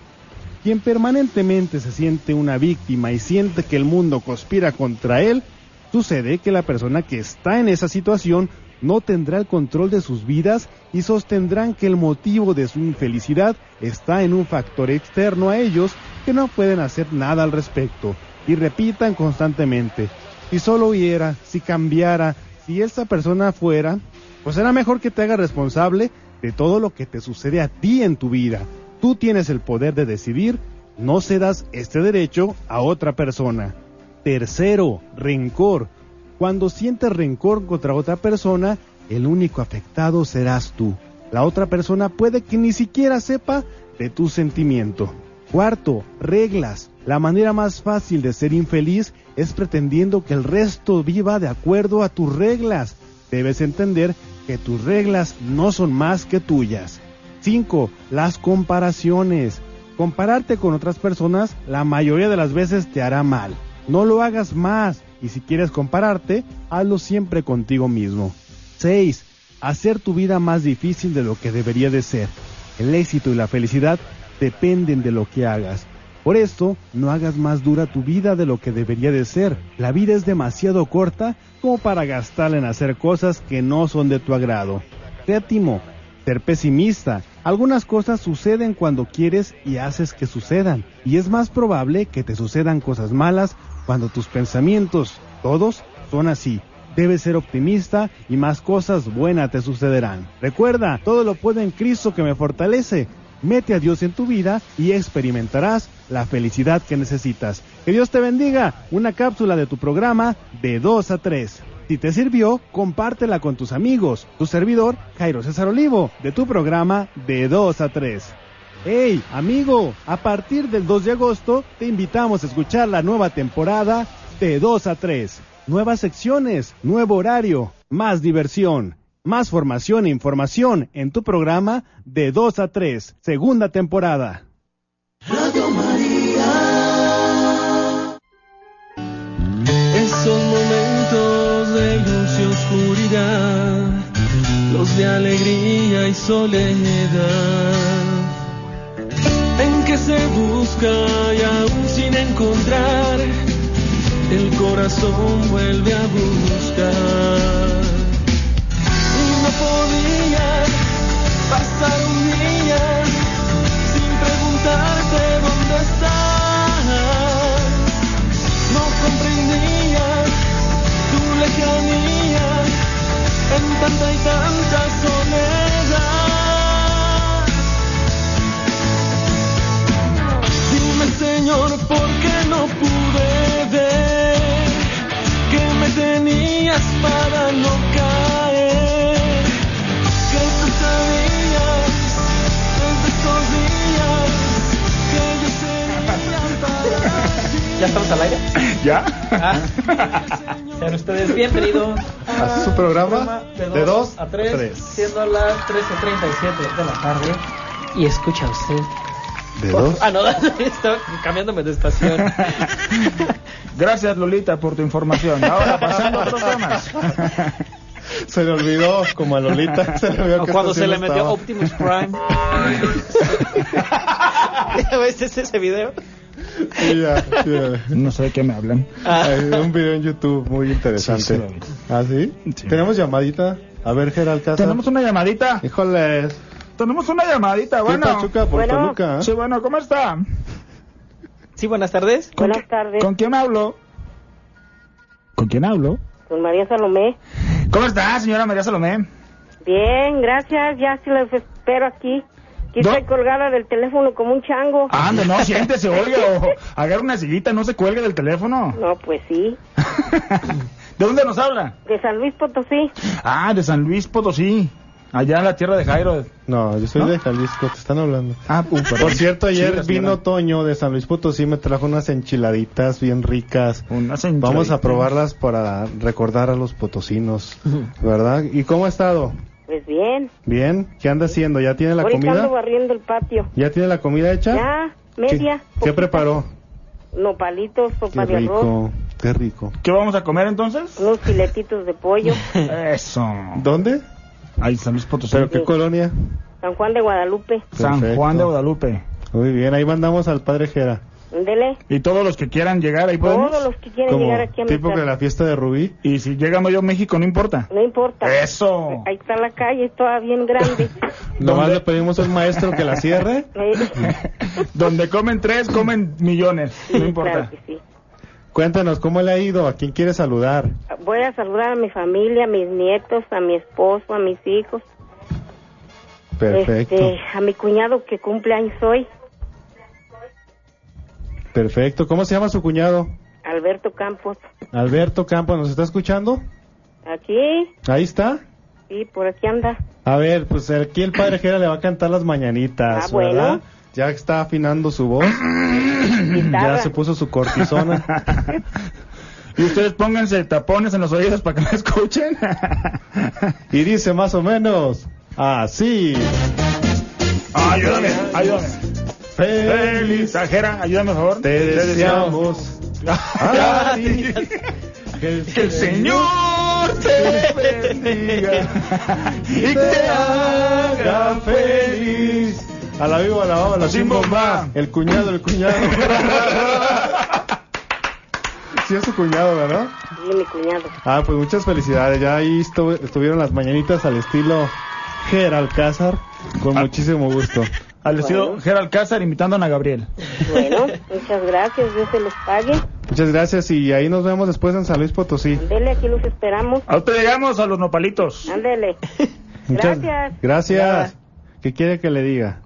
Quien permanentemente se siente una víctima y siente que el mundo conspira contra él, sucede que la persona que está en esa situación no tendrá el control de sus vidas y sostendrán que el motivo de su infelicidad está en un factor externo a ellos que no pueden hacer nada al respecto y repitan constantemente, si solo hubiera, si cambiara, si esta persona fuera, pues será mejor que te hagas responsable de todo lo que te sucede a ti en tu vida. Tú tienes el poder de decidir, no cedas este derecho a otra persona. Tercero, rencor. Cuando sientes rencor contra otra persona, el único afectado serás tú. La otra persona puede que ni siquiera sepa de tu sentimiento. Cuarto, reglas. La manera más fácil de ser infeliz es pretendiendo que el resto viva de acuerdo a tus reglas. Debes entender que tus reglas no son más que tuyas. 5. Las comparaciones. Compararte con otras personas la mayoría de las veces te hará mal. No lo hagas más y si quieres compararte, hazlo siempre contigo mismo. 6. Hacer tu vida más difícil de lo que debería de ser. El éxito y la felicidad dependen de lo que hagas. Por esto, no hagas más dura tu vida de lo que debería de ser. La vida es demasiado corta como para gastarla en hacer cosas que no son de tu agrado. Séptimo, ser pesimista. Algunas cosas suceden cuando quieres y haces que sucedan. Y es más probable que te sucedan cosas malas cuando tus pensamientos, todos, son así. Debes ser optimista y más cosas buenas te sucederán. Recuerda, todo lo puedo en Cristo que me fortalece. Mete a Dios en tu vida y experimentarás la felicidad que necesitas. Que Dios te bendiga. Una cápsula de tu programa de 2 a 3. Si te sirvió, compártela con tus amigos. Tu servidor, Jairo César Olivo, de tu programa de 2 a 3. ¡Hey, amigo! A partir del 2 de agosto te invitamos a escuchar la nueva temporada de 2 a 3. Nuevas secciones, nuevo horario, más diversión, más formación e información en tu programa de 2 a 3, segunda temporada. Esos momentos de luz y oscuridad, los de alegría y soledad, en que se busca y aún sin encontrar, el corazón vuelve a buscar. Y no podía pasar un día sin preguntarte dónde estás no comprendía tu lejanía en tanta y tanta soledad. Dime Señor, ¿por qué no pude ver que me tenías para no caer? Que tú sabías desde esos días que yo sería para ti. ¿Ya estamos al aire? ¿Ya? Ah. Sean ustedes bienvenidos A su programa de dos dos a 3, a tres. siendo las 13.37 de la tarde. Y escucha usted. ¿De Por- Ah, no, estaba cambiándome de estación. Gracias, Lolita, por tu información. Ahora pasando a otros temas. Se le olvidó, como a Lolita. Se le olvidó O que cuando esta se sí le no metió estaba. Optimus Prime. ¿Ya ves ese, ese video? Sí, ya, sí, ya. No sé de qué me hablan. Ah, Hay un video en YouTube muy interesante. Sí, sí lo vi. ¿Ah, sí? Sí. Tenemos llamadita. A ver, Gerald Casa. Tenemos una llamadita. Híjoles. Tenemos una llamadita. Bueno, Bueno, Pachuca por Bueno. Toluca. ¿eh? sí, bueno, ¿cómo está? sí, buenas tardes. ¿Con Buenas qué- tardes. ¿Con quién hablo? ¿Con quién hablo? Con María Salomé. ¿Cómo está, señora María Salomé? Bien, gracias. Ya sí los espero aquí. Aquí ¿No? estoy colgada del teléfono como un chango. Anda, Ah, no, siéntese, oiga, o agarra una sillita, no se cuelgue del teléfono. No, pues sí. ¿De dónde nos habla? De San Luis Potosí. Ah, de San Luis Potosí, allá en la tierra de Jairo. No, yo soy ¿No? de Jalisco, te están hablando. Ah, uh, perdón. Por cierto, Sí, ayer la señora. vino Toño de San Luis Potosí, me trajo unas enchiladitas bien ricas. Unas enchiladitas. Vamos a probarlas para recordar a los potosinos, ¿verdad? ¿Y cómo ha estado? Pues bien. ¿Bien? ¿Qué anda haciendo? ¿Ya tiene la Ahorita ando comida? barriendo el patio. ¿Ya tiene la comida hecha? Ya, ¿Qué, media. ¿Qué poquita. preparó? Nopalitos, Qué sopa de arroz, rico, qué rico. ¿Qué vamos a comer entonces? unos filetitos de pollo. Eso. ¿Dónde? Ahí San Luis Potosí. ¿Pero qué colonia? San Juan de Guadalupe. San Perfecto. Juan de Guadalupe. Muy bien, ahí mandamos al padre Jera. Dele. Y todos los que quieran llegar ahí podemos. Todos los que quieren Como llegar aquí a mi tipo de casa. la fiesta de Rubí. Y si llegamos yo a México, no importa. No importa. Eso. Ahí está la calle, toda bien grande. Nomás ¿Dónde? le pedimos a un maestro que la cierre. Eh, Donde comen tres, comen millones. No importa. Claro que sí. Cuéntanos cómo le ha ido, a quién quiere saludar. Voy a saludar a mi familia, a mis nietos, a mi esposo, a mis hijos, Perfecto, este, a mi cuñado que cumple años hoy, perfecto. ¿Cómo se llama su cuñado? Alberto Campos. Alberto Campos, ¿nos está escuchando? Aquí, Ahí está. sí, por aquí anda. A ver, pues aquí el padre Jera le va a cantar las mañanitas, Ah, bueno. ¿verdad? Ya está afinando su voz, ya Guitarra. se puso su cortisona. Y ustedes pónganse tapones en los oídos para que me escuchen. y dice más o menos así. ayúdame, ayúdame. Feliz Exagera, ayúdame, por favor. Ah, te deseamos. a ti. Que Que el Señor te bendiga y te haga feliz. A la viva, a la baba, la Sin sin bomba. bomba. El cuñado, el cuñado. sí es su cuñado, ¿verdad? Sí, mi cuñado. Ah, pues muchas felicidades. Ya ahí estu- estuvieron las mañanitas al estilo Ger Alcázar. Con muchísimo gusto. Ah. Al estilo Bueno. Gerald Cázar imitando a Ana Gabriel. Bueno, muchas gracias, Dios se los pague. Muchas gracias y ahí nos vemos después en San Luis Potosí. Ándele, aquí los esperamos. A usted llegamos a los nopalitos. Ándele. Muchas- Gracias. Gracias. ¿Qué quiere que le diga?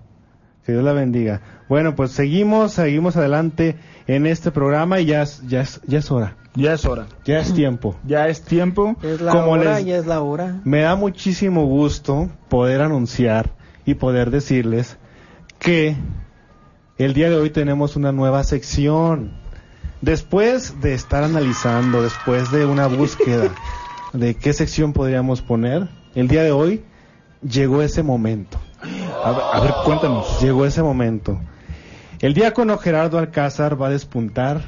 Que Dios la bendiga. Bueno, pues seguimos, seguimos adelante en este programa y ya es, ya es, ya es hora, Ya es hora. ya es tiempo. Ya es tiempo. Es la Como hora, les- ya es la hora. Me da muchísimo gusto poder anunciar y poder decirles que el día de hoy tenemos una nueva sección. Después de estar analizando, después de una búsqueda de qué sección podríamos poner, el día de hoy llegó ese momento. A ver, a ver, cuéntanos. Llegó ese momento. El diácono Gerardo Alcázar va a despuntar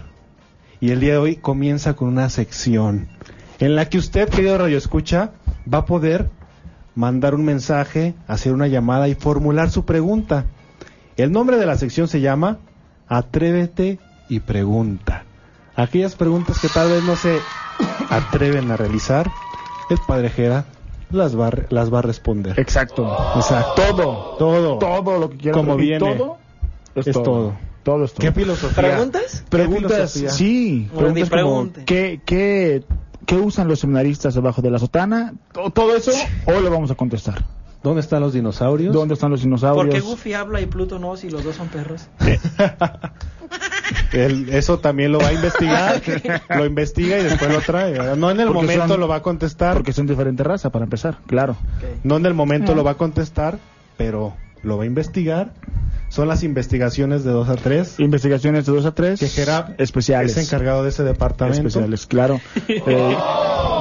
y el día de hoy comienza con una sección en la que usted, querido Radio Escucha, va a poder mandar un mensaje, hacer una llamada y formular su pregunta. El nombre de la sección se llama Atrévete y pregunta. Aquellas preguntas que tal vez no se atreven a realizar, el padre Gera las va, a re- las va a responder. Exacto. Exacto. Todo. Todo. Todo lo que quieras. Como Y viene. Todo es, Es todo. todo. Todo es todo. ¿Qué filosofía? ¿Preguntas? Preguntas, filosofía? sí. Bueno, Preguntas di, como, pregunte. ¿qué, qué, qué usan los seminaristas debajo de la sotana? To- Todo eso, hoy lo vamos a contestar. ¿Dónde están los dinosaurios? ¿Dónde están los ¿Por qué dinosaurios? Goofy habla y Pluto no si los dos son perros? Él- eso también lo va a investigar, lo investiga y después lo trae. ¿verdad? No en el Porque momento son- lo va a contestar, Porque son diferentes razas, para empezar, claro. Mm. no en el momento lo va a contestar, pero lo va a investigar. Son las investigaciones de 2 a 3 Investigaciones de 2 a 3. que Gerard especiales. es encargado de ese departamento. especiales, claro. Eh,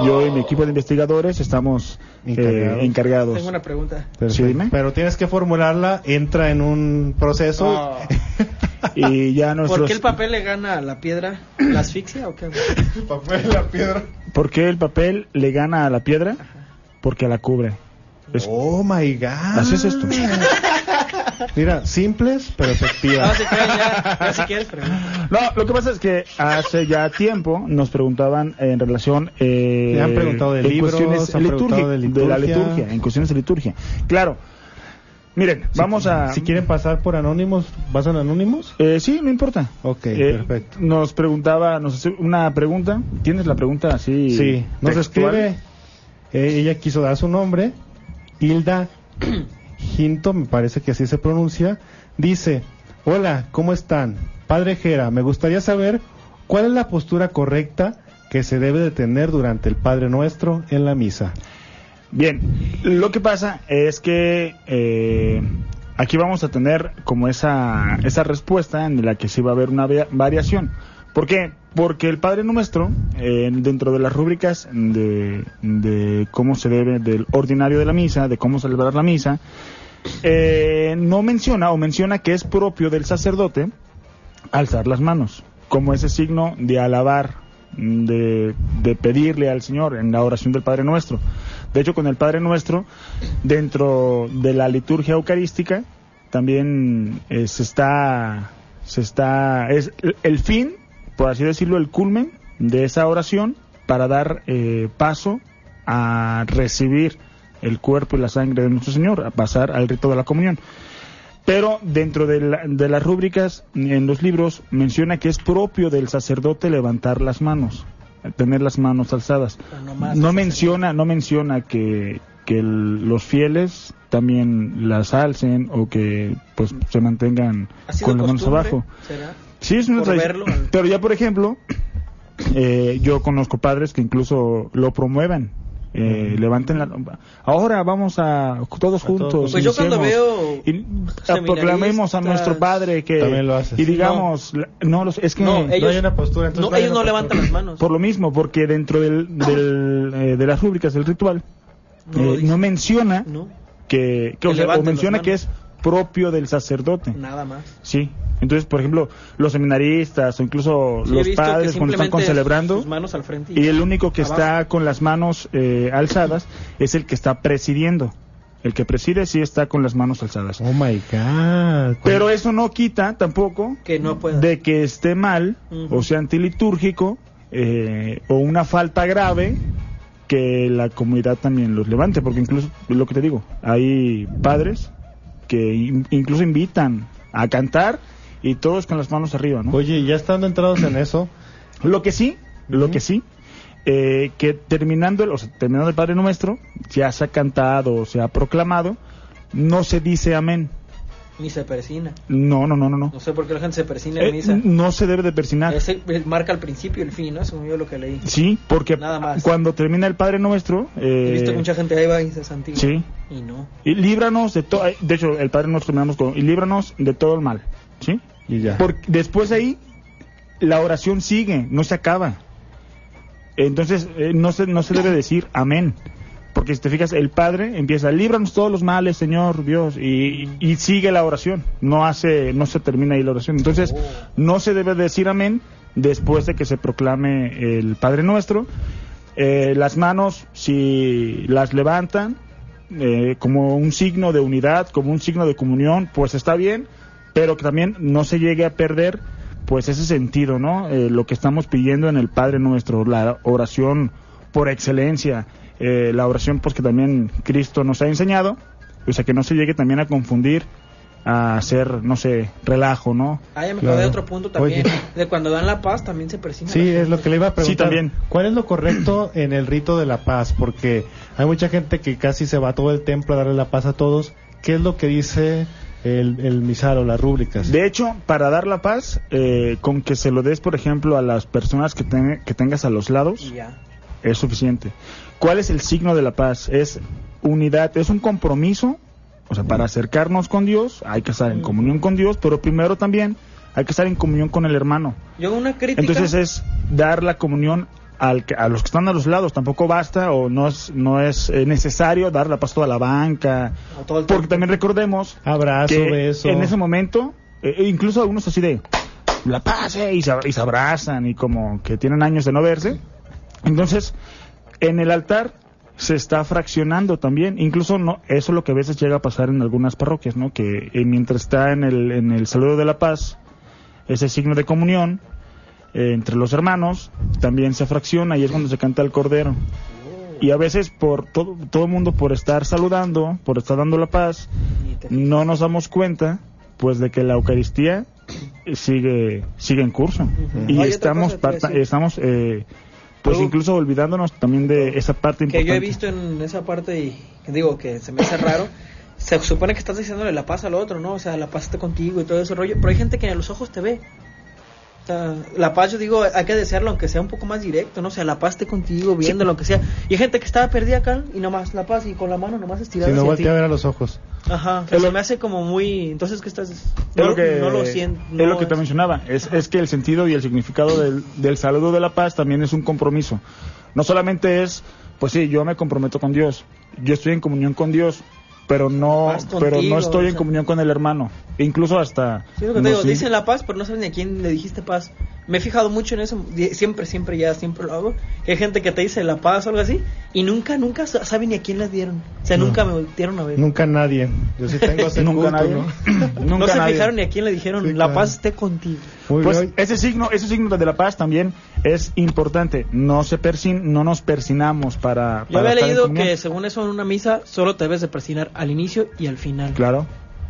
yo y mi equipo de investigadores estamos eh, Encargados. encargados. Tengo una pregunta. Perfecto. Sí, dime. Pero tienes que formularla, entra en un proceso. Ah. Y ya nuestros... ¿Por qué el papel le gana a la piedra? ¿La asfixia o qué? Papel, la piedra. ¿Por qué el papel le gana a la piedra? Porque la cubre. Es- Oh my god. Así es esto. Mira, simples pero No, efectivas. si quieres, ya, ya si quieres, pregunta. No, lo que pasa es que hace ya tiempo nos preguntaban en relación eh, Le han preguntado de en libros, cuestiones han preguntado litúrgi- de de la liturgia. liturgia, en cuestiones de liturgia. Claro. Miren, vamos a Si quieren pasar por anónimos, ¿pasan anónimos? Eh, sí, no importa. Ok, Eh, perfecto. Nos preguntaba, nos hace una pregunta. ¿Tienes la pregunta así? Sí, nos textual? escribe. eh, ella quiso dar su nombre. Hilda Ginto, me parece que así se pronuncia. Dice: Hola, ¿cómo están? Padre Jera, me gustaría saber cuál es la postura correcta que se debe de tener durante el Padre Nuestro en la misa. Bien, lo que pasa es que eh, aquí vamos a tener como esa, esa respuesta en la que sí va a haber una via- variación. ¿Por qué? Porque el Padre Nuestro, eh, dentro de las rúbricas de, de cómo se debe, del ordinario de la misa, de cómo celebrar la misa, eh, no menciona o menciona que es propio del sacerdote alzar las manos, como ese signo de alabar, mm, de, de pedirle al Señor en la oración del Padre Nuestro. De hecho, con el Padre Nuestro, dentro de la liturgia eucarística, también eh, se está, se está, es el- el fin, por así decirlo, el culmen de esa oración para dar eh, paso a recibir el cuerpo y la sangre de nuestro Señor, a pasar al rito de la comunión. Pero dentro de, la- de las rúbricas en los libros menciona que es propio del sacerdote levantar las manos, tener las manos alzadas. No menciona, no menciona que, que el- los fieles también las alcen o que pues se mantengan ¿Ha sido con las manos costumbre? abajo. ¿Será? Sí, es una Por tradici- verlo. Pero ya, por ejemplo, eh, yo conozco padres que incluso lo promueven. Eh, levanten la ahora vamos a todos juntos Pues yo cuando veo iniciemos, y proclamemos a seminaristas- nuestro padre que También lo haces. y digamos la- no, los- es que No, ellos- hay una postura, entonces No, hay ellos una no levantan las manos. por lo mismo porque dentro del, del, eh, de las rúbricas del ritual eh, No no, lo dice. menciona No, que, que, o Que sea, o levanten las menciona manos. que es propio del sacerdote nada más. Sí. Entonces, por ejemplo, los seminaristas o incluso Sí, he los visto que padres cuando están simplemente concelebrando Sus manos al frente. y el único que abajo. está con las manos eh, alzadas es el que está presidiendo. El que preside sí está con las manos alzadas. Oh my god. Pero eso no quita tampoco Que no puede. de que esté mal Ujú. o sea antilitúrgico eh, o una falta grave que la comunidad también los levante, porque incluso, es lo que te digo, hay padres que in- incluso invitan a cantar y todos con las manos arriba, ¿no? Oye, ya estando entrados en eso, Lo que sí, lo que sí, eh, que terminando el, o sea, terminando el Padre Nuestro, ya se ha cantado, se ha proclamado, no se dice amén. ni se persina. No, no, no, no, no. No sé por qué la gente se persina en Eh, misa. no se debe de persinar. Ese eh, marca el principio y el fin, ¿no? Según yo lo que leí. Sí, porque Nada más. cuando termina el Padre Nuestro, eh, He visto que mucha gente ahí va y se santiga. Sí. Y no. y líbranos de todo, de hecho el Padre Nuestro terminamos con, y líbranos de todo el mal, ¿sí? Y ya. Porque después ahí la oración sigue, no se acaba. Entonces eh, no se no se debe decir amén, porque si te fijas el Padre empieza líbranos todos los males, Señor Dios y, y sigue la oración, no hace no se termina ahí la oración. Entonces no se debe decir amén después de que se proclame el Padre Nuestro. Eh, las manos si las levantan eh, como un signo de unidad, como un signo de comunión, pues está bien, pero que también no se llegue a perder pues ese sentido, ¿no? Eh, lo que estamos pidiendo en el Padre Nuestro, la oración por excelencia, eh, la oración pues que también Cristo nos ha enseñado, o sea, que no se llegue también a confundir, a hacer, no sé, relajo, ¿no? Ah, ya me Claro. acordé de otro punto también. Oye. De cuando dan la paz también se persina. Sí, es lo que le iba a preguntar. Sí, también. ¿Cuál es lo correcto en el rito de la paz? Porque hay mucha gente que casi se va a todo el templo a darle la paz a todos. ¿Qué es lo que dice el, el misal o las rúbricas? De hecho, para dar la paz, eh, con que se lo des, por ejemplo, a las personas que, ten- que tengas a los lados, Y ya. es suficiente. ¿Cuál es el signo de la paz? Es unidad, es un compromiso. O sea, para acercarnos con Dios hay que estar en comunión con Dios, pero primero también hay que estar en comunión con el hermano. Yo una crítica. Entonces es dar la comunión al que- a los que están a los lados. Tampoco basta o no es, no es eh, necesario dar la paz toda la banca. A todo el Porque tiempo. también recordemos Abrazo, que beso. en ese momento, eh, e incluso algunos así de la paz eh", y, se, y se abrazan y como que tienen años de no verse. Entonces, en el altar se está fraccionando también, incluso no, eso es lo que a veces llega a pasar en algunas parroquias, ¿no? Que eh, mientras está en el, en el saludo de la paz, ese signo de comunión eh, entre los hermanos, también se fracciona y es cuando se canta el cordero. Y a veces por todo, todo el mundo por estar saludando, por estar dando la paz, Ni te- no nos damos cuenta pues de que la Eucaristía sigue sigue en curso y Hay otra cosa estamos que te iba a parta- decir. estamos eh, pues Algo- incluso olvidándonos también de esa parte que importante yo he visto en esa parte y que digo que se me hace raro. Se supone que estás diciéndole la paz al otro, ¿no? O sea, la paz está contigo y todo ese rollo. Pero hay gente que a los ojos te ve. O sea, la paz, yo digo, hay que desearlo aunque sea un poco más directo, ¿no? O sea, la paz esté contigo, viendo lo que sea. Y hay gente que estaba perdida acá y nomás la paz y con la mano nomás estirada. si no hacia voltea a ti. ver a los ojos. Ajá. Es se lo- me hace como muy. Entonces, ¿qué estás.? es No, lo que, no lo siento. es no lo que te mencionaba, es, es que el sentido y el significado del, del saludo de la paz también es un compromiso. No solamente es, pues sí, yo me comprometo con Dios, yo estoy en comunión con Dios, pero no, Paz contigo, pero no estoy o en sea. comunión con el hermano. E incluso hasta... Sí, lo que te no digo, sé, dicen la paz, pero no saben ni a quién le dijiste paz. Me he fijado mucho en eso, di- siempre, siempre, ya, siempre lo hago. Hay gente que te dice la paz o algo así, y nunca, nunca sa- saben ni a quién las dieron. O sea, nunca me voltearon a ver. Nunca nadie. Yo sí tengo ese culto, nunca nadie. ¿no? nunca no se nadie. fijaron ni a quién le dijeron, Sí, la claro. paz esté contigo. Muy Pues bien. ese signo, ese signo de la paz también es importante. No se persin, no nos persinamos para. Yo había para estar en leído comunión. que según eso en una misa solo te debes de persinar al inicio y al final. Claro.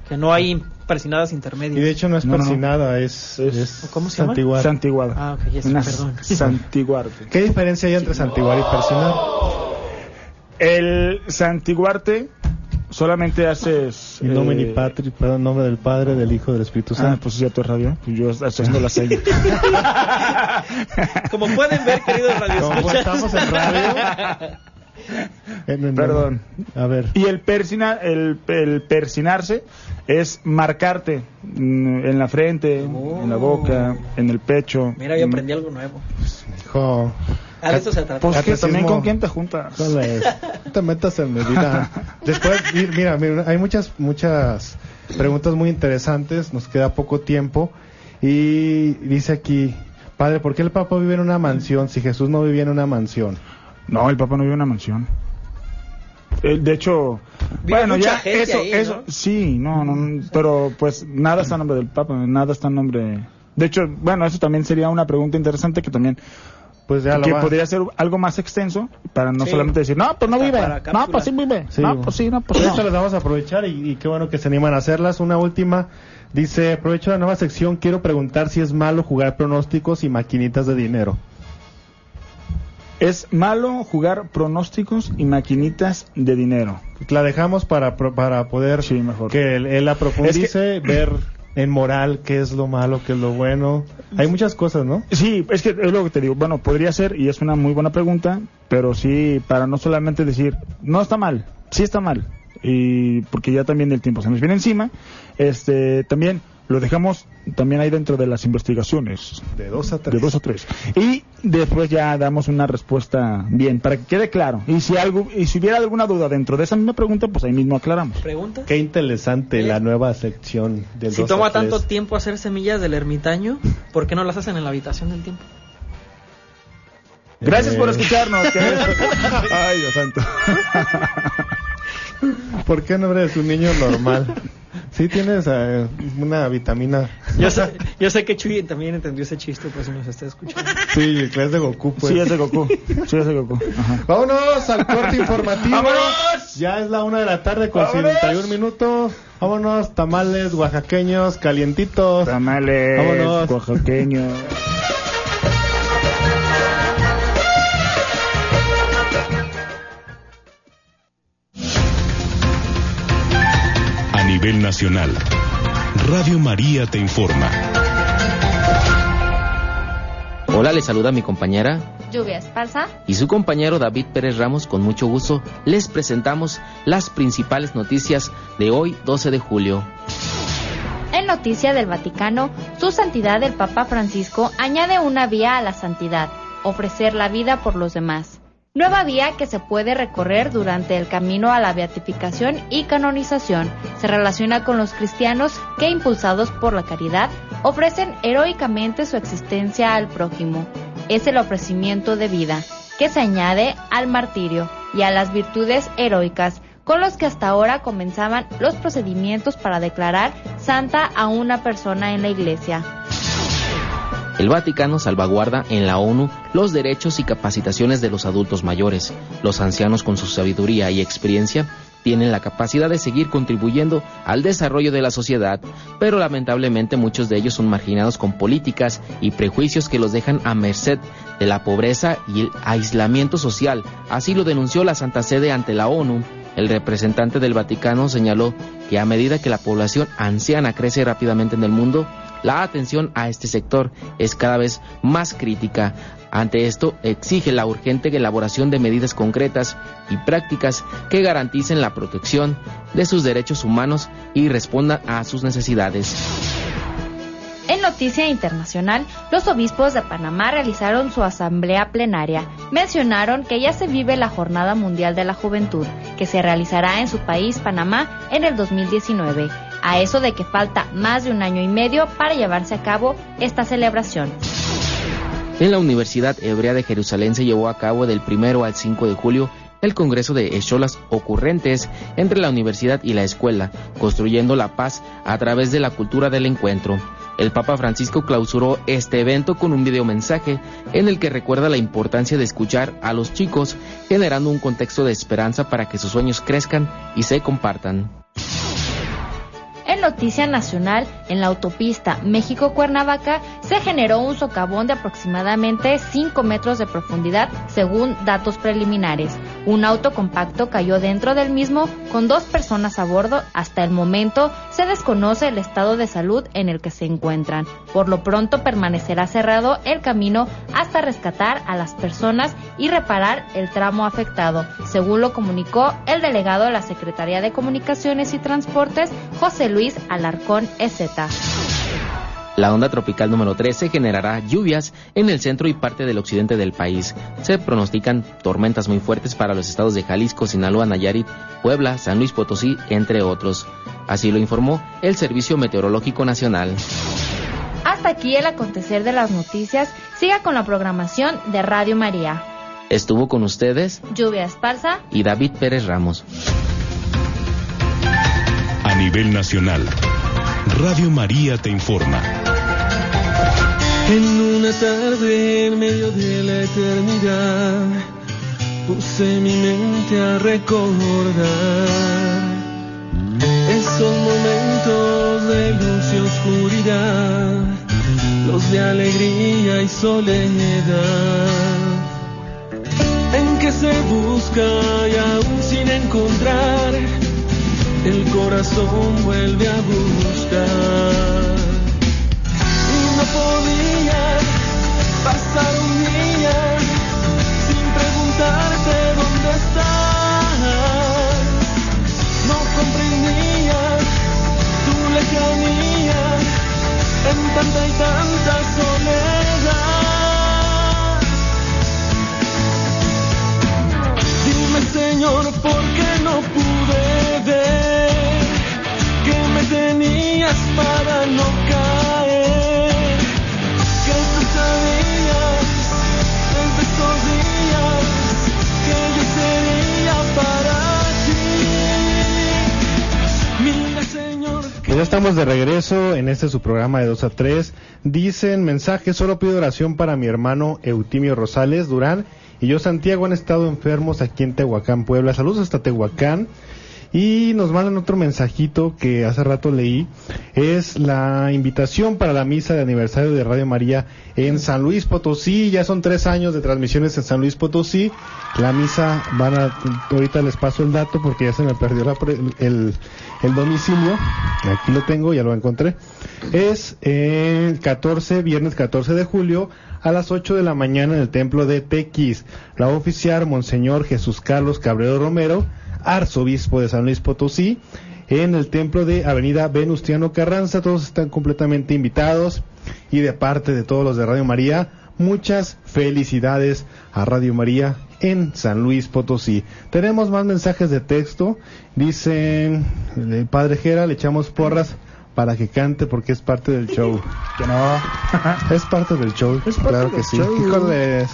Que no hay persinadas Y de intermedias. hecho no es No, no, no. persinada, es, Es- es ¿Cómo se llama? santiguar. Santiguada. Ah, ok, ya sé, Una perdón. santiguarte. ¿Qué diferencia hay entre santiguar y persinar? El santiguarte solamente haces. In nomine eh, Patri, perdón, nombre del Padre, del Hijo, del Espíritu Ah, Santo. pues ya tu radio. Pues yo estoy haciendo la seña. Como pueden ver, queridos Como radioescuchas. estamos en radio. En- en- Perdón. A ver. Y el, persina, el, el persinarse es marcarte mm, en la frente, en la boca, en el pecho. Mira, yo Mm, aprendí algo nuevo. Hijo. Ah, de eso se trata. Pues que Catecismo. también con quién te juntas. No le- te metas en mi vida. Después, mi- mira, mira, hay muchas, muchas preguntas muy interesantes. Nos queda poco tiempo. Y dice aquí, padre, ¿por qué el Papa vive en una mansión si Jesús no vivía en una mansión? No, el Papa no vive en una mansión. Eh, de hecho, Vive bueno, mucha ya gente eso, ahí, ¿no? eso, sí, no, no, no, pero pues nada está a nombre del Papa, nada está a nombre. De hecho, bueno, eso también sería una pregunta interesante que también Pues ya lo que va. podría ser algo más extenso para no Sí. solamente decir, no, pues no Hasta vive, para no, cápsula. pues sí vive, Sí, no, bueno. pues sí, no, pues Pues esto no. las vamos a aprovechar y, y qué bueno que se animan a hacerlas. Una última. Dice, aprovecho la nueva sección, quiero preguntar si es malo jugar pronósticos y maquinitas de dinero. Es malo jugar pronósticos y maquinitas de dinero. La dejamos para, pro- para poder Sí, mejor. que él, él la profundice, ver en moral qué es lo malo, qué es lo bueno. Hay muchas cosas, ¿no? Sí, es que es lo que te digo. Bueno, podría ser, y es una muy buena pregunta, pero sí, para no solamente decir, no está mal, sí está mal, y porque ya también el tiempo se nos viene encima, este, también lo dejamos también ahí dentro de las investigaciones, De dos a tres. de dos o tres. Pues, Y después ya damos una respuesta bien, para que quede claro. Y si, algo, y si hubiera alguna duda dentro de esa misma pregunta, pues ahí mismo aclaramos. Pregunta. Qué interesante la nueva sección del Si dos a toma tres. tanto tiempo hacer semillas del ermitaño, ¿por qué no las hacen en la habitación del tiempo? Gracias por Eh. escucharnos. que- Ay, Dios santo. ¿Por qué no eres un niño normal? Sí tienes eh, una vitamina. Yo sé, yo sé que Chuy también entendió ese chiste, pues, por si nos está escuchando. Sí, el clase de Goku, pues. Sí, es de Goku. Sí, es de Goku. Ajá. Vámonos al corte informativo. Ya es la una de la tarde con ¡Vámonos! 51 minutos. Vámonos, tamales oaxaqueños, calientitos. Tamales, Vámonos. oaxaqueños. A nivel nacional, Radio María te informa. Hola, les saluda mi compañera Lluvia Esparza, y su compañero David Pérez Ramos. Con mucho gusto les presentamos las principales noticias de hoy, 12 de julio. en noticia del Vaticano, su santidad el Papa Francisco añade una vía a la santidad, ofrecer la vida por los demás. Nueva vía que se puede recorrer durante el camino a la beatificación y canonización. Se relaciona con los cristianos que, impulsados por la caridad, ofrecen heroicamente su existencia al prójimo. Es el ofrecimiento de vida, que se añade al martirio y a las virtudes heroicas con los que hasta ahora comenzaban los procedimientos para declarar santa a una persona en la iglesia. El Vaticano salvaguarda en la ONU los derechos y capacitaciones de los adultos mayores. Los ancianos con su sabiduría y experiencia tienen la capacidad de seguir contribuyendo al desarrollo de la sociedad, pero lamentablemente muchos de ellos son marginados con políticas y prejuicios que los dejan a merced de la pobreza y el aislamiento social. Así lo denunció la Santa Sede ante la ONU. El representante del Vaticano señaló que a medida que la población anciana crece rápidamente en el mundo, la atención a este sector es cada vez más crítica. Ante esto, exige la urgente elaboración de medidas concretas y prácticas que garanticen la protección de sus derechos humanos y respondan a sus necesidades. En noticia internacional, los obispos de Panamá realizaron su asamblea plenaria. Mencionaron que ya se vive la Jornada Mundial de la Juventud, que se realizará en su país, Panamá, en el 2019. A eso de que falta más de un año y medio para llevarse a cabo esta celebración. En la Universidad Hebrea de Jerusalén se llevó a cabo del 1 al 5 de julio el Congreso de Escholas Ocurrentes entre la universidad y la escuela, construyendo la paz a través de la cultura del encuentro. El Papa Francisco clausuró este evento con un videomensaje en el que recuerda la importancia de escuchar a los chicos, generando un contexto de esperanza para que sus sueños crezcan y se compartan. En noticia nacional, en la autopista México-Cuernavaca se generó un socavón de aproximadamente 5 metros de profundidad según datos preliminares. Un auto compacto cayó dentro del mismo con dos personas a bordo. Hasta el momento se desconoce el estado de salud en el que se encuentran. Por lo pronto permanecerá cerrado el camino hasta rescatar a las personas y reparar el tramo afectado, según lo comunicó el delegado de la Secretaría de Comunicaciones y Transportes, José Luis Alarcón E EZ. La onda tropical número 13 generará lluvias en el centro y parte del occidente del país. Se pronostican tormentas muy fuertes para los estados de Jalisco, Sinaloa, Nayarit, Puebla, San Luis Potosí, entre otros. Así lo informó el Servicio Meteorológico Nacional. Hasta aquí el acontecer de las noticias. Siga con la programación de Radio María. Estuvo con ustedes Lluvia esparza. y David Pérez Ramos. A nivel nacional, Radio María te informa. En una tarde en medio de la eternidad puse mi mente a recordar esos momentos de luz y oscuridad, los de alegría y soledad. que se busca y aún sin encontrar, el corazón vuelve a buscar. Y no podía pasar un día sin preguntarte dónde estás. No comprendía tu lejanía en tanta y tanta soledad. Dime Señor, ¿por qué no pude ver que me tenías para no caer? Que tú sabías desde estos días que yo sería para ti. Mira Señor, Pues ya estamos de regreso en este su programa de 2 a 3. Dicen mensaje, solo pido oración para mi hermano Eutimio Rosales Durán y yo Santiago han estado enfermos aquí en Tehuacán, Puebla. Saludos hasta Tehuacán. Y nos mandan otro mensajito que hace rato leí. Es la invitación para la misa de aniversario de Radio María en San Luis Potosí. Ya son tres años de transmisiones en San Luis Potosí. La misa van a... Ahorita les paso el dato porque ya se me perdió la pre- el, el domicilio. Aquí lo tengo, ya lo encontré. Es el 14, viernes 14 de julio a las 8 de la mañana en el templo de Tequis. La va a oficiar Monseñor Jesús Carlos Cabrero Romero, arzobispo de San Luis Potosí, en el templo de Avenida Venustiano Carranza. Todos están completamente invitados y de parte de todos los de Radio María, muchas felicidades a Radio María en San Luis Potosí. Tenemos más mensajes de texto. Dicen, el padre Jera, le echamos porras para que cante porque es parte del show. Que no. es parte del show. claro que del sí. show. Híjoles.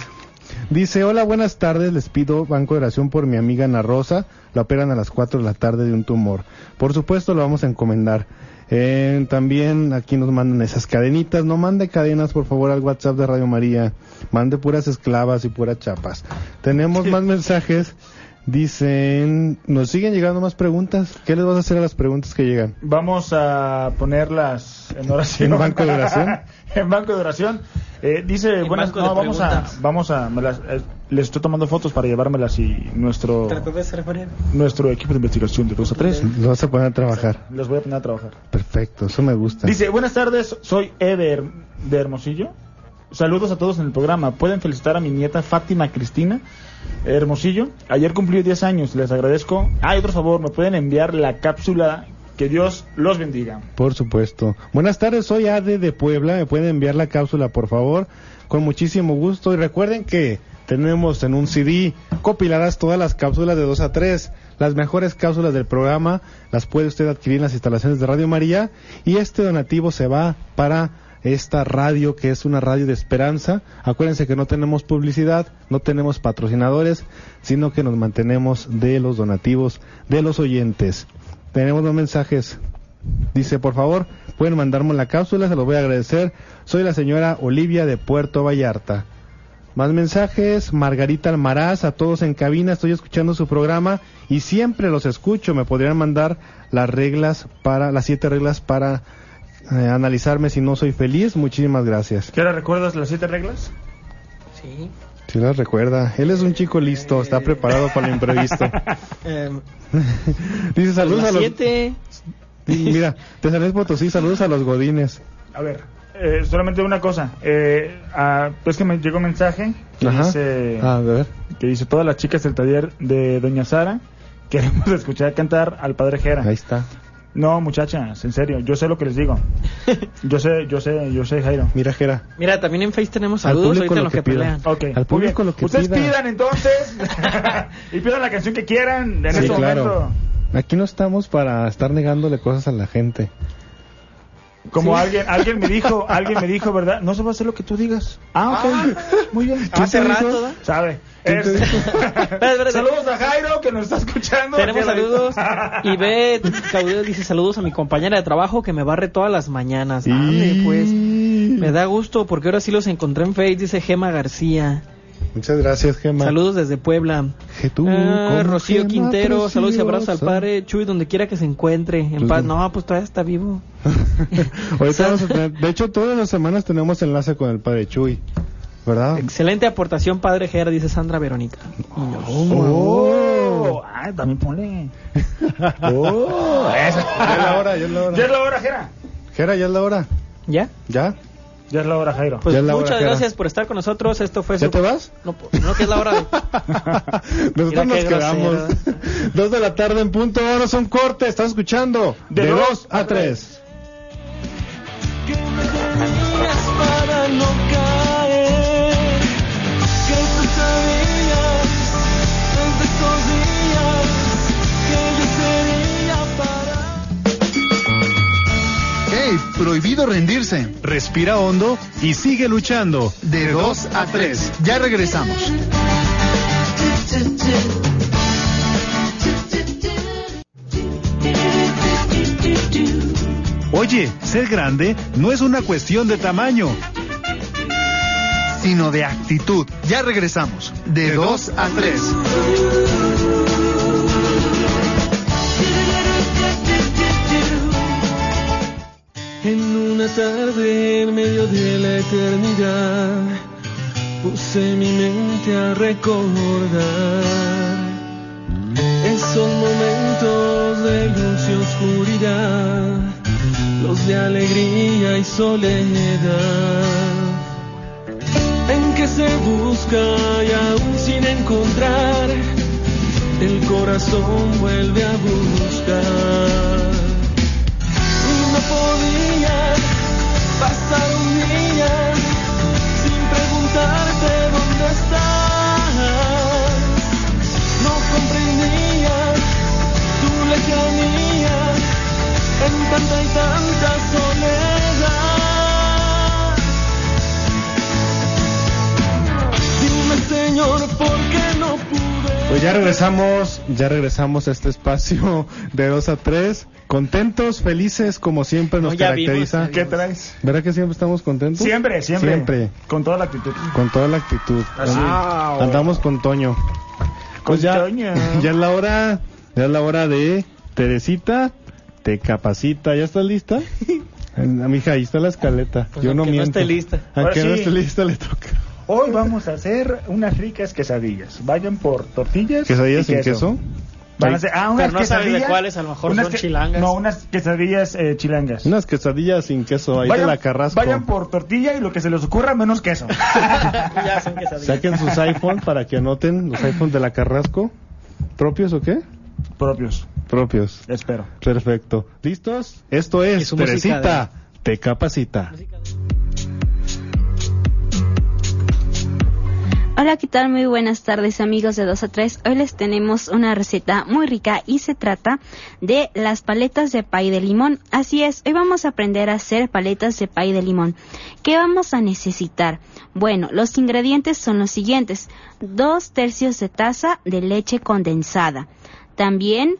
Dice, hola, buenas tardes, les pido banco de oración por mi amiga Ana Rosa, la operan a las 4 de la tarde de un tumor. Por supuesto, lo vamos a encomendar. Eh, también aquí nos mandan esas cadenitas, no mande cadenas, por favor, al WhatsApp de Radio María, mande puras esclavas y puras chapas. Tenemos más mensajes, dicen, nos siguen llegando más preguntas, ¿qué les vas a hacer a las preguntas que llegan? Vamos a ponerlas en oración. ¿En banco de oración? en banco de oración. Eh, dice, En buenas, banco de no, vamos a, preguntas. vamos a, me las- eh, les estoy tomando fotos para llevármelas y nuestro, Trató de ser breve. nuestro equipo de investigación de 2 a 3 Los vas a poner a trabajar. los voy a poner a trabajar. Perfecto, eso me gusta. Dice, buenas tardes, soy Eder de Hermosillo. Saludos a todos en el programa. Pueden felicitar a mi nieta Fátima Cristina Hermosillo. Ayer cumplió 10 años, les agradezco. Ah, y otro favor, me pueden enviar la cápsula. Que Dios los bendiga. Por supuesto. Buenas tardes, soy Ade de Puebla. Me pueden enviar la cápsula, por favor. Con muchísimo gusto. Y recuerden que tenemos en un CD compiladas todas las cápsulas de 2 a 3. Las mejores cápsulas del programa las puede usted adquirir en las instalaciones de Radio María. Y este donativo se va para esta radio que es una radio de esperanza. Acuérdense que no tenemos publicidad, no tenemos patrocinadores, sino que nos mantenemos de los donativos de los oyentes. Tenemos los mensajes. Dice, por favor, pueden mandarme la cápsula, se los voy a agradecer. Soy la señora Olivia de Puerto Vallarta. Más mensajes, Margarita Almaraz, a todos en cabina, estoy escuchando su programa y siempre los escucho. Me podrían mandar las reglas para, las siete reglas para eh, analizarme si no soy feliz. Muchísimas gracias. ¿Qué ahora recuerdas las siete reglas? Sí. Si las recuerda, él es un chico listo, está preparado para lo imprevisto. Em, Dice, saludos a las los. siete. Mira, te sales Potosí, saludos a los Godines. A ver, eh, solamente una cosa. Eh, ah, pues que me llegó un mensaje que Ajá. dice, Ah, A ver. que dice todas las chicas del taller de Doña Sara queremos escuchar cantar al Padre Jera. Ahí está. No, muchachas, en serio, yo sé lo que les digo. Yo sé, yo sé, yo sé, Jairo. Mira, Jera. Mira, también en Face tenemos Al saludos público ahorita lo los que que, pida. pelean. Ok, Al muy público bien. lo que Ustedes pida. pidan entonces y pidan la canción que quieran en Sí, este claro. momento. Aquí no estamos para estar negándole cosas a la gente. Como alguien, alguien me dijo, alguien me dijo, ¿verdad? No se va a hacer lo que tú digas. Ah, ok. Muy bien. ¿Quién Hace te rato, dijo? ¿da? Sabe. ¿Quién te Es- dijo? Espera, espera, espera. Saludos a Jairo que nos está escuchando. Tenemos Aquí a la- saludos. Y ve, Caudillo dice saludos a mi compañera de trabajo que me barre todas las mañanas. Ande, pues. Me da gusto porque ahora sí los encontré en Face, dice Gema García. Muchas gracias, Gemma. Saludos desde Puebla. Que tú, Ah, como Rocío Gemma Quintero, saludos y abrazos al preciosa. padre Chuy, donde quiera que se encuentre. En Pues paz. no. No, pues todavía está vivo. Ahorita vamos a tener- de hecho, todas las semanas tenemos enlace con el padre Chuy. ¿verdad? Excelente aportación, padre Ger, dice Sandra Verónica. Muñoz. Oh, ah, también ponle. Oh, esa. Ya es la hora, ya es la hora. Ya es la hora, Jera. Jera, ya es la hora. ¿Ya? ¿Ya? Ya es la hora, Jairo. Pues Ya es la hora, muchas Jera. gracias por estar con nosotros. Esto fue. ¿Ya su- te vas? No, no, que es la hora. de- Nosotros Mira nos qué quedamos. Dos de la tarde en punto. Ahora son corte. Estás escuchando. De De, dos dos a tres. para no caer. Que tú sabías desde esos días que yo sería para. Hey, prohibido rendirse. Respira hondo y sigue luchando. De 2 a 3. Ya regresamos. Oye, ser grande no es una cuestión de tamaño. Sino de actitud. Ya regresamos. De 2 a 3. En una tarde en medio de la eternidad puse mi mente a recordar esos momentos de luz y oscuridad, los de alegría y soledad, en que se busca y aún sin encontrar, el corazón vuelve a buscar y no podía pasar un día sin preguntarte dónde estás. No comprendía tu lejanía en tanta y tanta soledad. Dime, Señor, ¿por qué no pude? Pues ya regresamos. Ya regresamos a este espacio de 2 a 3. Contentos, felices, como siempre nos No, ya vimos, caracteriza. ya ¿Qué traes? ¿Verdad que siempre estamos contentos? Siempre, siempre. Siempre. Con toda la actitud. Con toda la actitud. Así. Ah, bueno. Andamos con Toño. Pues Con ya, Toño. ya es la hora, ya es la hora de Teresita, te capacita. ¿Ya estás lista? Eh, Mija, ahí está la escaleta. Pues Yo no aunque no miento. esté lista. Ahora Aunque no sí. esté lista le toca. Hoy vamos a hacer unas ricas quesadillas. Vayan por tortillas. ¿Quesadillas y sin queso? Van a hacer, ah, unas Pero no sabes de quesadillas. cuáles, a lo mejor unas son que- chilangas. No, unas quesadillas eh, chilangas. Unas quesadillas sin queso, ahí te la carrasco. vayan por tortilla y lo que se les ocurra menos queso. Ya son quesadillas. Saquen sus iPhones para que anoten los iPhones de la carrasco. ¿Propios o qué? Propios, Propios. espero. Perfecto. ¿Listos? Esto Y es su música Teresita, te capacita. Hola, ¿qué tal? Muy buenas tardes amigos de 2 a 3. Hoy les tenemos una receta muy rica y se trata de las paletas de pay de limón. Así es, hoy vamos a aprender a hacer paletas de pay de limón. ¿Qué vamos a necesitar? Bueno, los ingredientes son los siguientes. Dos tercios de taza de leche condensada. También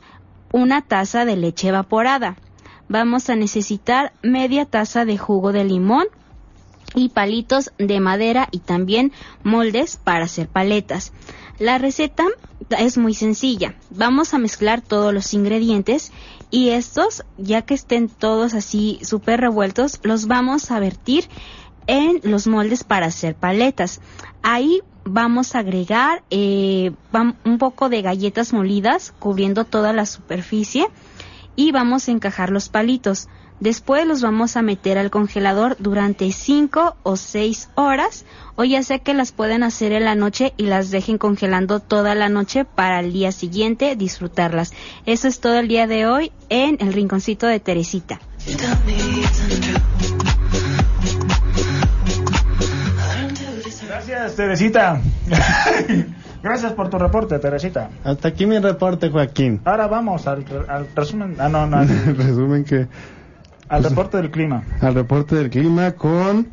una taza de leche evaporada. Vamos a necesitar media taza de jugo de limón y palitos de madera y también moldes para hacer paletas. La receta es muy sencilla. Vamos a mezclar todos los ingredientes y estos, ya que estén todos así súper revueltos, los vamos a vertir en los moldes para hacer paletas. Ahí vamos a agregar eh, vam- un poco de galletas molidas cubriendo toda la superficie y vamos a encajar los palitos. Después los vamos a meter al congelador durante 5 o 6 horas o ya sea que las pueden hacer en la noche y las dejen congelando toda la noche para el día siguiente disfrutarlas. Eso es todo el día de hoy en el rinconcito de Teresita. Gracias, Teresita. Gracias por tu reporte, Teresita. Hasta aquí mi reporte, Joaquín. Ahora vamos al, al resumen. Ah, no, no. Al, Resumen que al reporte del clima. al reporte del clima con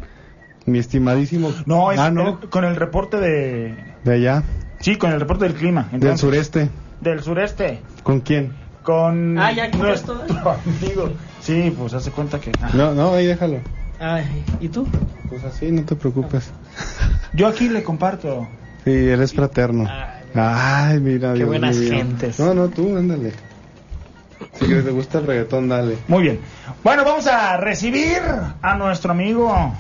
mi estimadísimo. No, es Ah, no, el- con el reporte de. de allá, Sí, con el reporte del clima. del entonces, sureste. Del sureste. ¿Con quién? Con. Ah, ya, ¿qué nuestro es todo? amigo. Sí, pues hace cuenta que. ah. No, no, ahí déjalo. Ay, ¿Y tú? Pues así, no te preocupes. Yo aquí le comparto. Sí, eres fraterno. Ay, mira, Qué Dios buenas mío. gentes. No, no, tú, ándale. Si que te gusta el reggaetón, dale. Muy bien. Bueno, vamos a recibir a nuestro amigo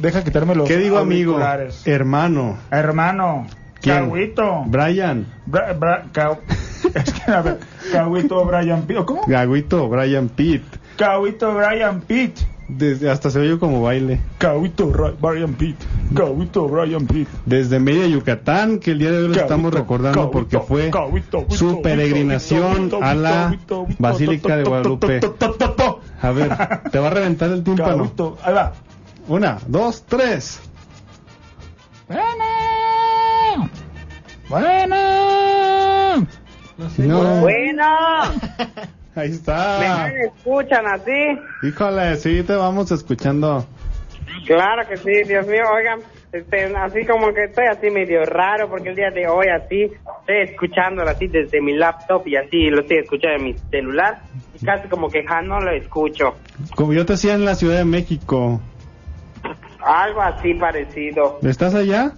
deja quitarme los ¿Qué digo, amigo? auriculares. Hermano. Hermano. ¿Quién? Caguito. Brian. Bra- bra- cau- es que, a ver, Caguito Brian Pitt. ¿o ¿Cómo? Gaguito, Brian Pitt. Caguito Brian Pitt. Desde, hasta se oye como baile. Caguito Ra- Brian Pitt. Caguito Brian Pitt. Desde Media Yucatán, que el día de hoy lo estamos recordando porque fue su peregrinación a la Basílica de Guadalupe. A ver, te va a reventar el tímpano. Ahí va. Una, dos, tres. Bueno. Bueno. No. Ah. Bueno, Ahí ¿me está. escuchan así? Híjole, sí, te vamos escuchando. Claro que sí, Dios mío, oigan, este, así como que estoy así medio raro porque el día de hoy así estoy escuchándolo así desde mi laptop y así lo estoy escuchando en mi celular y casi como que ya no lo escucho, Como yo te decía en la Ciudad de México. algo así parecido. ¿Estás allá?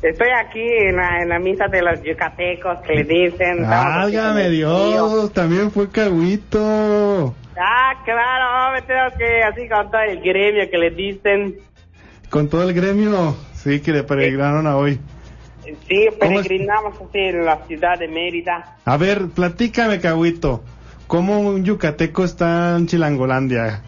Estoy aquí en la, en la misa de los yucatecos que le Ah, dicen. estamos aquí con Válgame el tío. Dios, también fue Caguito. Ah, claro, me tengo que así con todo el gremio que le dicen. Con todo el gremio, sí, que le peregrinaron a hoy. Sí, peregrinamos así en la ciudad de Mérida. A ver, platícame, Cahuito. ¿Cómo un yucateco está en Chilangolandia?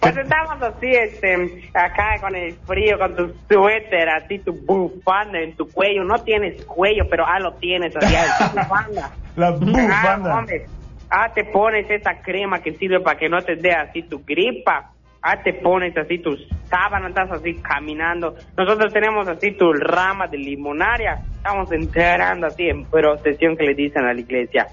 Pues estamos así, este, acá con el frío, con tu suéter, así tu bufanda en tu cuello. No tienes cuello, pero ah, lo tienes, así, ah, tu bufanda. La Ah, bufanda. hombre, ah, te pones esa crema que sirve para que no te dé así tu gripa. Ah, te pones así tus sábanas, estás así caminando. Nosotros tenemos así tu rama de limonaria. Estamos enterando así en procesión que le dicen a la iglesia.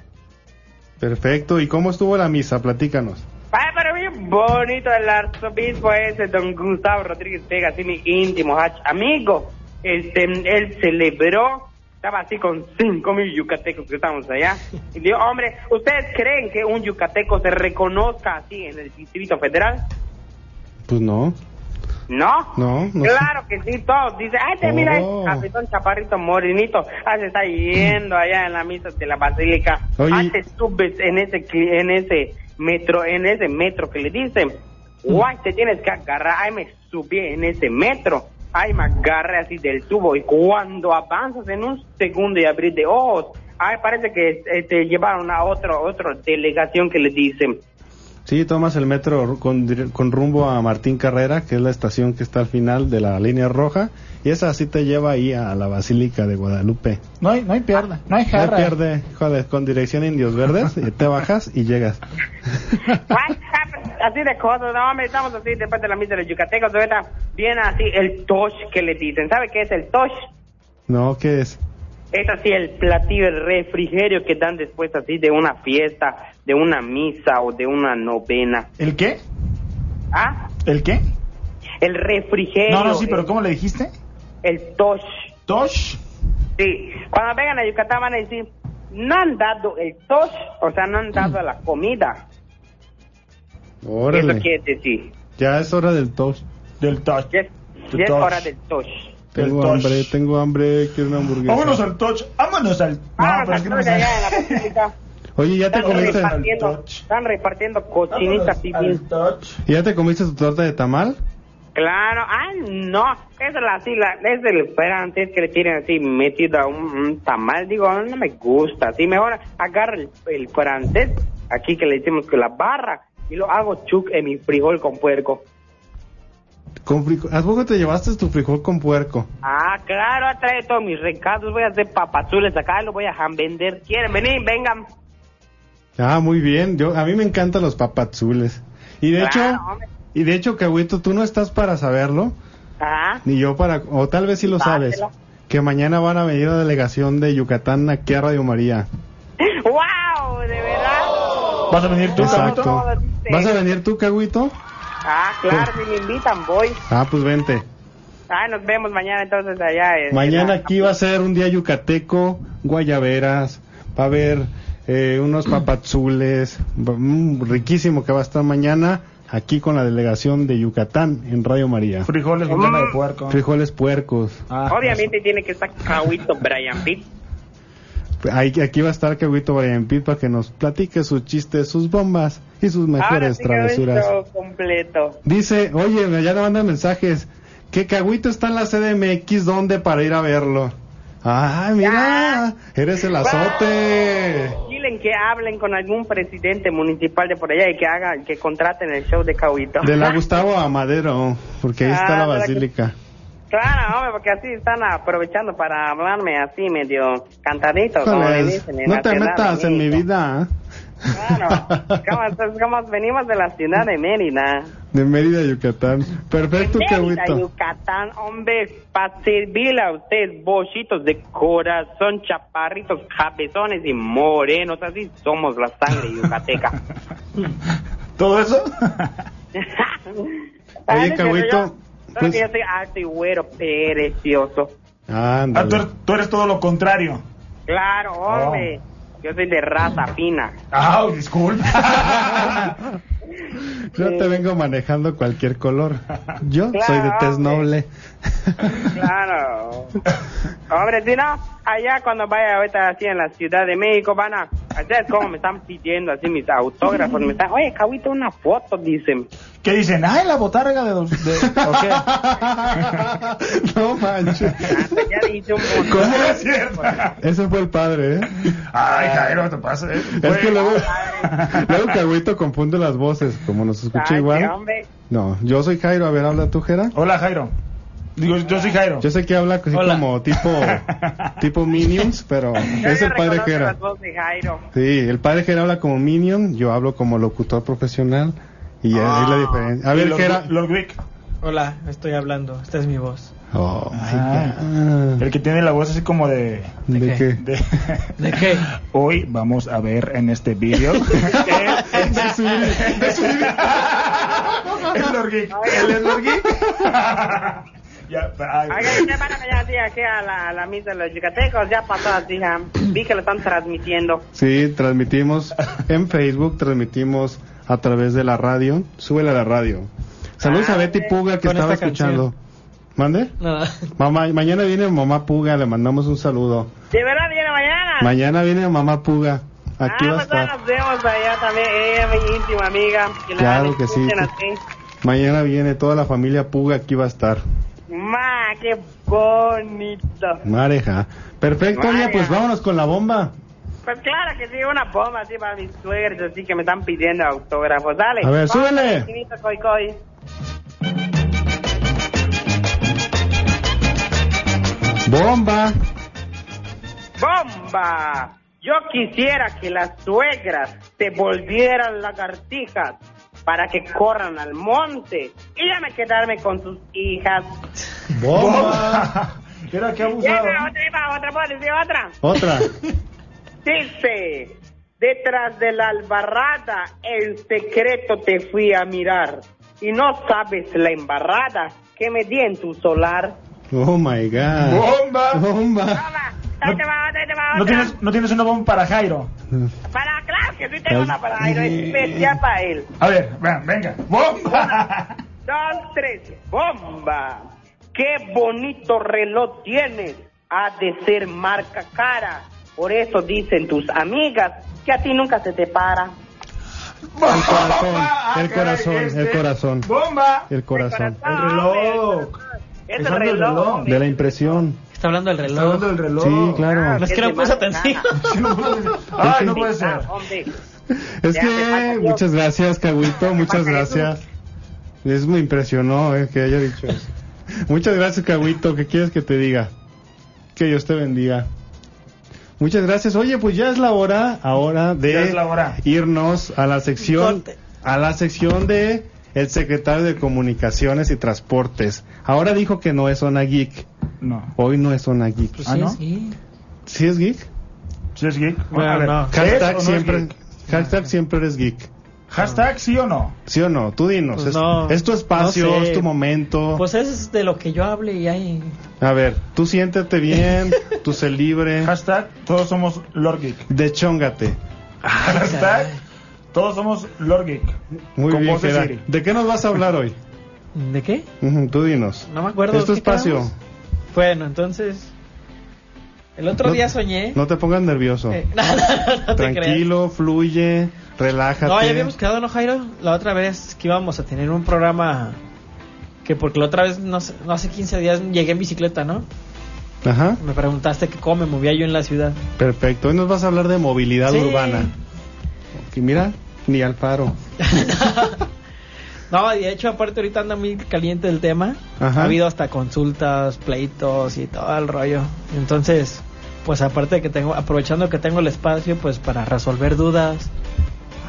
Perfecto. ¿Y cómo estuvo la misa? Platícanos. Ay, pero bien bonito el arzobispo ese, don Gustavo Rodríguez Vega, así mi íntimo ach- amigo. Este, él celebró, estaba así con cinco mil yucatecos que estamos allá. Y dijo, hombre, ¿ustedes creen que un yucateco se reconozca así en el Distrito Federal? Pues no, ¿No? no, no. Claro que sí, todos dicen, ay, te mira, Oh. el capitán Chaparrito Morinito, ah, se está yendo allá en la misa de la Basílica, Oye. antes subes en ese, cli- en ese metro, en ese metro que le dicen, guay, te tienes que agarrar, ay, me subí en ese metro, ay, me agarré así del tubo, y cuando avanzas en un segundo y abrir de ojos, ay, parece que eh, te llevaron a otro, otra delegación que le dicen, Sí, tomas el metro con, dir- con rumbo a Martín Carrera, que es la estación que está al final de la línea roja, y esa sí te lleva ahí a la Basílica de Guadalupe. No hay, no hay pierna, no hay No jarra. pierde, joder, con dirección a Indios Verdes, y te bajas y llegas. Ay, así de cosas, no, hombre, estamos así después de la misa de los yucatecos, ahorita viene así el tosh que le dicen, ¿sabe qué es el tosh? No, ¿qué es? Es así el platillo, el refrigerio que dan después así de una fiesta, de una misa o de una novena. ¿El qué? ¿Ah? ¿El qué? El refrigerio. eh, No, no, sí, pero ¿cómo le dijiste? El tosh. ¿Tosh? Sí, cuando vengan a Yucatán van a decir, no han dado el tosh, o sea, no han dado la comida. Eso Órale. quiere decir, Ya es hora del tos. Del tosh. ya es, ya es hora del tosh. Tengo tosh. hambre, tengo hambre, quiero una hamburguesa. Vámonos al touch, vámonos al... No, pero es que no me Allá sale. en la Basílica. Oye, ¿ya te Están comiste, repartiendo, están repartiendo cochinita Vámonos pibil. al touch. ¿ya te comiste tu torta de tamal? Claro, ah, no, es la, así, la, es el francés que le tienen así metida un, un tamal, digo, ah, no me gusta, así mejor agarro el, el francés, aquí que le decimos que la barra, y lo hago chuc en mi frijol con puerco. Con frijo- ¿A poco te llevaste tu frijol con puerco? Ah, claro, trae todos mis recados, voy a hacer papazules acá, los voy a jam- vender, quieren venir, vengan. Ah, muy bien. Yo a mí me encantan los papazules. Y de Claro, hecho, y de hecho, Cahuito, tú no estás para saberlo, Ah, ni yo para, o tal vez sí lo sabes, Dátela. que mañana van a venir la delegación de Yucatán aquí a Radio María. wow, de verdad. ¿Vas a venir tú, Exacto. Caguito? ¿Vas a venir tú, Cahuito? Ah, claro, si me invitan, voy. Ah, pues vente. Ah, nos vemos mañana entonces allá. en- Mañana aquí va a ser un día yucateco, guayaberas, va a haber eh, unos papazules, va- mm, riquísimo que va a estar mañana aquí con la delegación de Yucatán en Radio María. Frijoles con carne de puerco. Frijoles puercos. Obviamente tiene que estar Cahuito Brian Pitt. Ahí- aquí va a estar Caguito Brian Pitt para que nos platique sus chistes, sus bombas y sus Ahora mejores sí que travesuras. completo. Dice, oye, ya le mandan mensajes. que Caguito está en la CDMX, ¿dónde para ir a verlo? ¡Ah, mira! ¡Eres el azote! Dilen que hablen con algún presidente municipal de por allá y que hagan, que contraten el show de Cahuito. De la Gustavo Amadero, porque ahí está Ah, la de la que- basílica. Claro, hombre, porque así están aprovechando para hablarme así medio cantadito, como le Híjoles, dicen. en no la te Ciudad de metas en mi México. vida Claro, como, entonces, como venimos de la ciudad de Mérida. ¿eh? de Mérida, Yucatán. Perfecto, Mérida, Caguito. Yucatán, hombre, para servirle a ustedes, bollitos de corazón, chaparritos, cabezones y morenos, así somos la sangre yucateca. ¿Todo eso? ¿Sabes? Pero Cahuito, yo- solo pues- que yo soy alto y güero, precioso. Ándale. tú, eres- tú eres todo lo contrario. Claro, hombre. Yo soy de raza fina. Ah, disculpa. Yo te vengo manejando cualquier color. Yo soy de tez noble. Claro. Hombre, si no, allá cuando vaya ahorita así en la Ciudad de México van a hacer como me están pidiendo así mis autógrafos. Me están, oye, Cahuito, una foto, dicen. ¿Qué dicen? ¡Ay, la botarga de... los- de ¿o qué? No manches. Ya le hice un montón. ¿Cómo es cierto? Ese fue el padre, ¿eh? Ay, Jairo, te pasa. eh. Es que luego, luego Caguito confunde las voces, como nos escucha Ay, igual. qué hombre. No, yo soy Jairo, a ver, habla tú, Jera. Hola, Jairo. Digo, yo soy Jairo. Yo sé que habla así como tipo, tipo Minions, pero Yo es ya el padre reconozco Jera. las voces de Jairo. Sí, el padre Jera habla como Minion, yo hablo como locutor profesional y ahí Ah, la diferencia. A ver, Jera. Hola, estoy hablando. Esta es mi voz. Oh, Ah, el que tiene la voz así como de... ¿De, qué? ¿De, qué? Hoy vamos a ver en este vídeo... El Lorgeek. El Lorgeek. Ya, ay. Oigan, ustedes van a venir así aquí a la, a la misa de los yucatecos, ya pasó así, ja. vi que lo están transmitiendo. Sí, transmitimos en Facebook, transmitimos a través de la radio. Súbele a la radio. Ah, Saludos a Betty Puga que Con estaba esta canción. escuchando. ¿Mande? Nada. Mamá, mañana viene mamá Puga, le mandamos un saludo. De verdad viene mañana. Mañana viene mamá Puga. ah, Aquí va a pues ahí estar. nos vemos allá también, ella es mi íntima amiga. Que la Claro que sí. escuchen así. Mañana viene toda la familia Puga, aquí va a estar. Ma, qué bonito. Mareja. Perfecto, Mareja. ya pues vámonos con la bomba. Pues claro que sí, una bomba así para mis suegros, así que me están pidiendo autógrafos. Dale. A ver, súbele. Chinito, coy, coy. Bomba. ¡Bomba! Yo quisiera que las suegras se volvieran lagartijas para que corran al monte y déjame quedarme con sus hijas. Bomba. Era que abusado. Llega otra, iba otra, ¿puedo decir otra? Otra. Dice, detrás de la albarrada en secreto te fui a mirar y no sabes la embarrada que me di en tu solar. Oh my god. Bomba. Bomba. Ahí te va otra, ahí te va ¿No otra. tienes, no tienes una bomba para Jairo. Para, claro que sí tengo una para él, especial para él. A ver, ven- venga. ¡Bomba! Dos, tres, bomba. Qué bonito reloj tienes. Ha de ser marca cara. Por eso dicen tus amigas que a ti nunca se te para. El corazón. El corazón. El corazón. ¡Bomba! El corazón. El reloj. Es Pensando el en Ah, el reloj. reloj. De la impresión. Está hablando del reloj. Está hablando del reloj. Sí, claro. Es que no puse atención. Ay, no puede ser. Es que muchas gracias, Caguito, muchas gracias. Es me impresionó eh, que haya dicho eso. Muchas gracias, Caguito, ¿qué quieres que te diga? Que Dios te bendiga. Muchas gracias. Oye, pues ya es la hora ahora de Ya es la hora. irnos a la sección a la sección de el secretario de Comunicaciones y Transportes. Ahora dijo que no es zona geek. No. Hoy no es zona geek. Ah, ¿no? Pues ¿Sí es geek? ¿Sí es geek? Bueno, A ver, no. ¿es Hashtag o no es siempre, geek? hashtag siempre eres geek. Hashtag sí o no. ¿Sí o no? Tú dinos. Pues es, no, es tu espacio, no sé. es tu momento. Pues es de lo que yo hable y ahí. A ver, tú siéntete bien, tú sé libre. Hashtag todos somos Lord Geek. Deschóngate. Hashtag todos somos Lord Geek. Muy Con bien, voz de Gerard. Siri. ¿De qué nos vas a hablar hoy? ¿De qué? Ujú, tú dinos. No me acuerdo. Es tu ¿qué espacio. quedamos? Bueno, entonces. El otro No- día soñé. No te pongas nervioso. Eh, no, no, no te Tranquilo, fluye, relájate. No, ya habíamos quedado, ¿no, Jairo? La otra vez que íbamos a tener un programa Que porque la otra vez, no, sé- no hace 15 días, llegué en bicicleta, ¿no? Ajá. Me preguntaste que cómo me movía yo en la ciudad. Perfecto. Hoy nos vas a hablar de movilidad Sí. urbana. Que mira, ni al paro. No, y de hecho, aparte, ahorita anda muy caliente el tema. Ajá. Ha habido hasta consultas, pleitos y todo el rollo. Entonces, pues aparte de que tengo, aprovechando que tengo el espacio, pues para resolver dudas,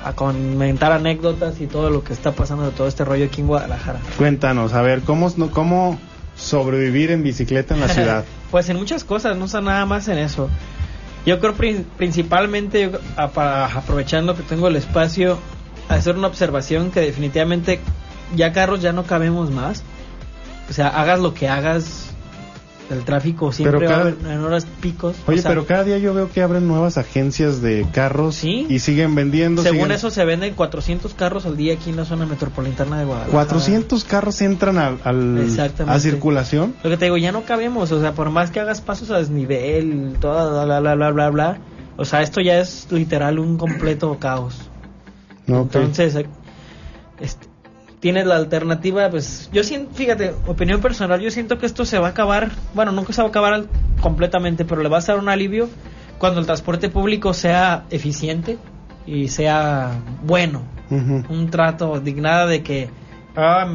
a comentar anécdotas y todo lo que está pasando de todo este rollo aquí en Guadalajara. Cuéntanos, a ver, ¿cómo, cómo sobrevivir en bicicleta en la ciudad? Pues en muchas cosas, no está nada más en eso. Yo creo prin- principalmente, yo creo, a- para- aprovechando que tengo el espacio, hacer una observación que definitivamente ya carros ya no cabemos más. O sea, hagas lo que hagas, el tráfico siempre Pero va a cada- haber en horas picos. o Oye, sea, pero cada día yo veo que abren nuevas agencias de carros y siguen vendiendo. según siguen- eso se venden 400 carros al día aquí en la zona metropolitana de Guadalajara. 400 Ah. carros entran al, al- Exactamente. a circulación. Lo que te digo, ya no cabemos, o sea, por más que hagas pasos a desnivel, todo, bla, bla, bla, bla, bla, o sea, esto ya es literal un completo caos. No, Entonces, eh, este, tienes la alternativa, pues, yo siento, fíjate, opinión personal, yo siento que esto se va a acabar, bueno, nunca se va a acabar al- completamente, pero le va a dar un alivio cuando el transporte público sea eficiente y sea bueno, un trato dignada de que... ah,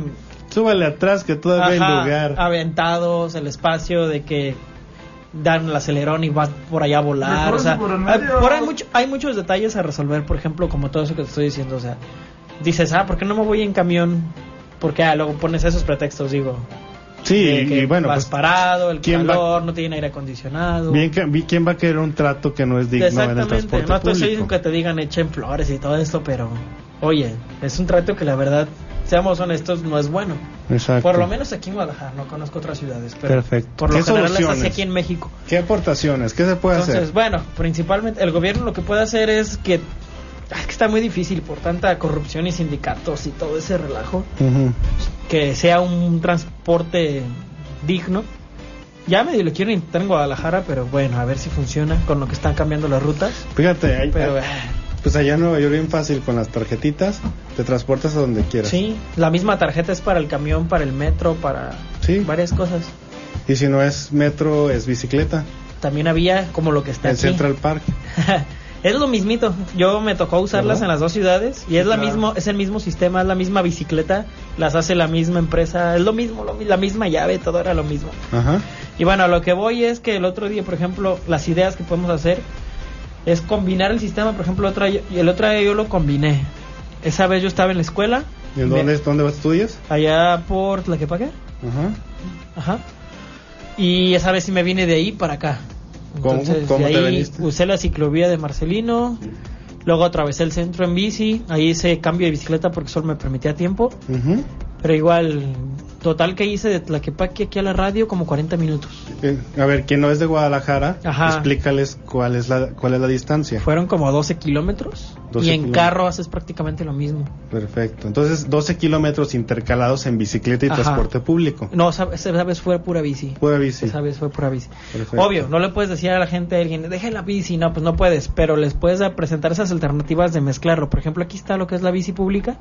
Súbale atrás que todavía Ajá, hay lugar. Aventados, el espacio de que dan el acelerón y vas por allá a volar. Mejor O sea, por el hay, medio. por hay, mucho- hay muchos detalles a resolver, por ejemplo, como todo eso que te estoy diciendo. O sea, dices, ah, ¿por qué no me voy en camión? Porque ah, luego pones esos pretextos, digo. Sí, de que y bueno, vas pues, parado, el ¿quién va- calor, no tiene aire acondicionado. Bien que- vi- ¿Quién va a querer un trato que no es digno en el Exactamente, transporte no te estoy público? diciendo que te digan echen flores y todo esto, pero oye, es un trato que la verdad, seamos honestos, no es bueno. Exacto. Por lo menos aquí en Guadalajara, no conozco otras ciudades, pero Perfecto. por lo ¿Qué general es soluciones? así aquí en México. ¿Qué aportaciones? ¿Qué se puede Entonces, hacer? bueno, principalmente el gobierno lo que puede hacer es que, es que está muy difícil por tanta corrupción y sindicatos y todo ese relajo, Ujú. que sea un transporte digno. Ya medio lo quieren intentar en Guadalajara, pero bueno, a ver si funciona con lo que están cambiando las rutas. Fíjate, ahí- Pero, eh, ah. ahí- pues allá en Nueva York bien fácil con las tarjetitas, te transportas a donde quieras. Sí, la misma tarjeta es para el camión, para el metro, para varias cosas. Y si no es metro, es bicicleta. También había como lo que está en aquí. Central Park. Es lo mismito. Yo me tocó usarlas ¿Verdad? en las dos ciudades y es la claro. mismo, es el mismo sistema, es la misma bicicleta, las hace la misma empresa, es lo mismo, lo mi- la misma llave, todo era lo mismo. Ajá. Y bueno, a lo que voy es que el otro día, por ejemplo, las ideas que podemos hacer es combinar el sistema, por ejemplo, otra, y el otro día yo lo combiné. Esa vez yo estaba en la escuela, ¿Y en Me- dónde, dónde vas estudias? allá por la que pagué, Ajá. ajá. Y esa vez sí me vine de ahí para acá. ¿Cómo, Entonces, ¿Cómo de te ahí veniste? usé la ciclovía de Marcelino, luego atravesé el centro en bici, ahí hice cambio de bicicleta porque solo me permitía tiempo, Ujú. pero igual, total que hice de Tlaquepaque aquí a la radio como 40 minutos. Eh, A ver, quien no es de Guadalajara, Ajá. explícales cuál es la cuál es la distancia. Fueron como 12 kilómetros y en carro haces prácticamente lo mismo. Perfecto. Entonces, 12 kilómetros intercalados en bicicleta y Ajá. transporte público. No, esa, esa vez fue pura bici. Pura bici. Esa vez fue pura bici. Perfecto. Obvio, no le puedes decir a la gente, a alguien, deje la bici, no, pues no puedes, pero les puedes a- presentar esas alternativas de mezclarlo. Por ejemplo, aquí está lo que es la bici pública.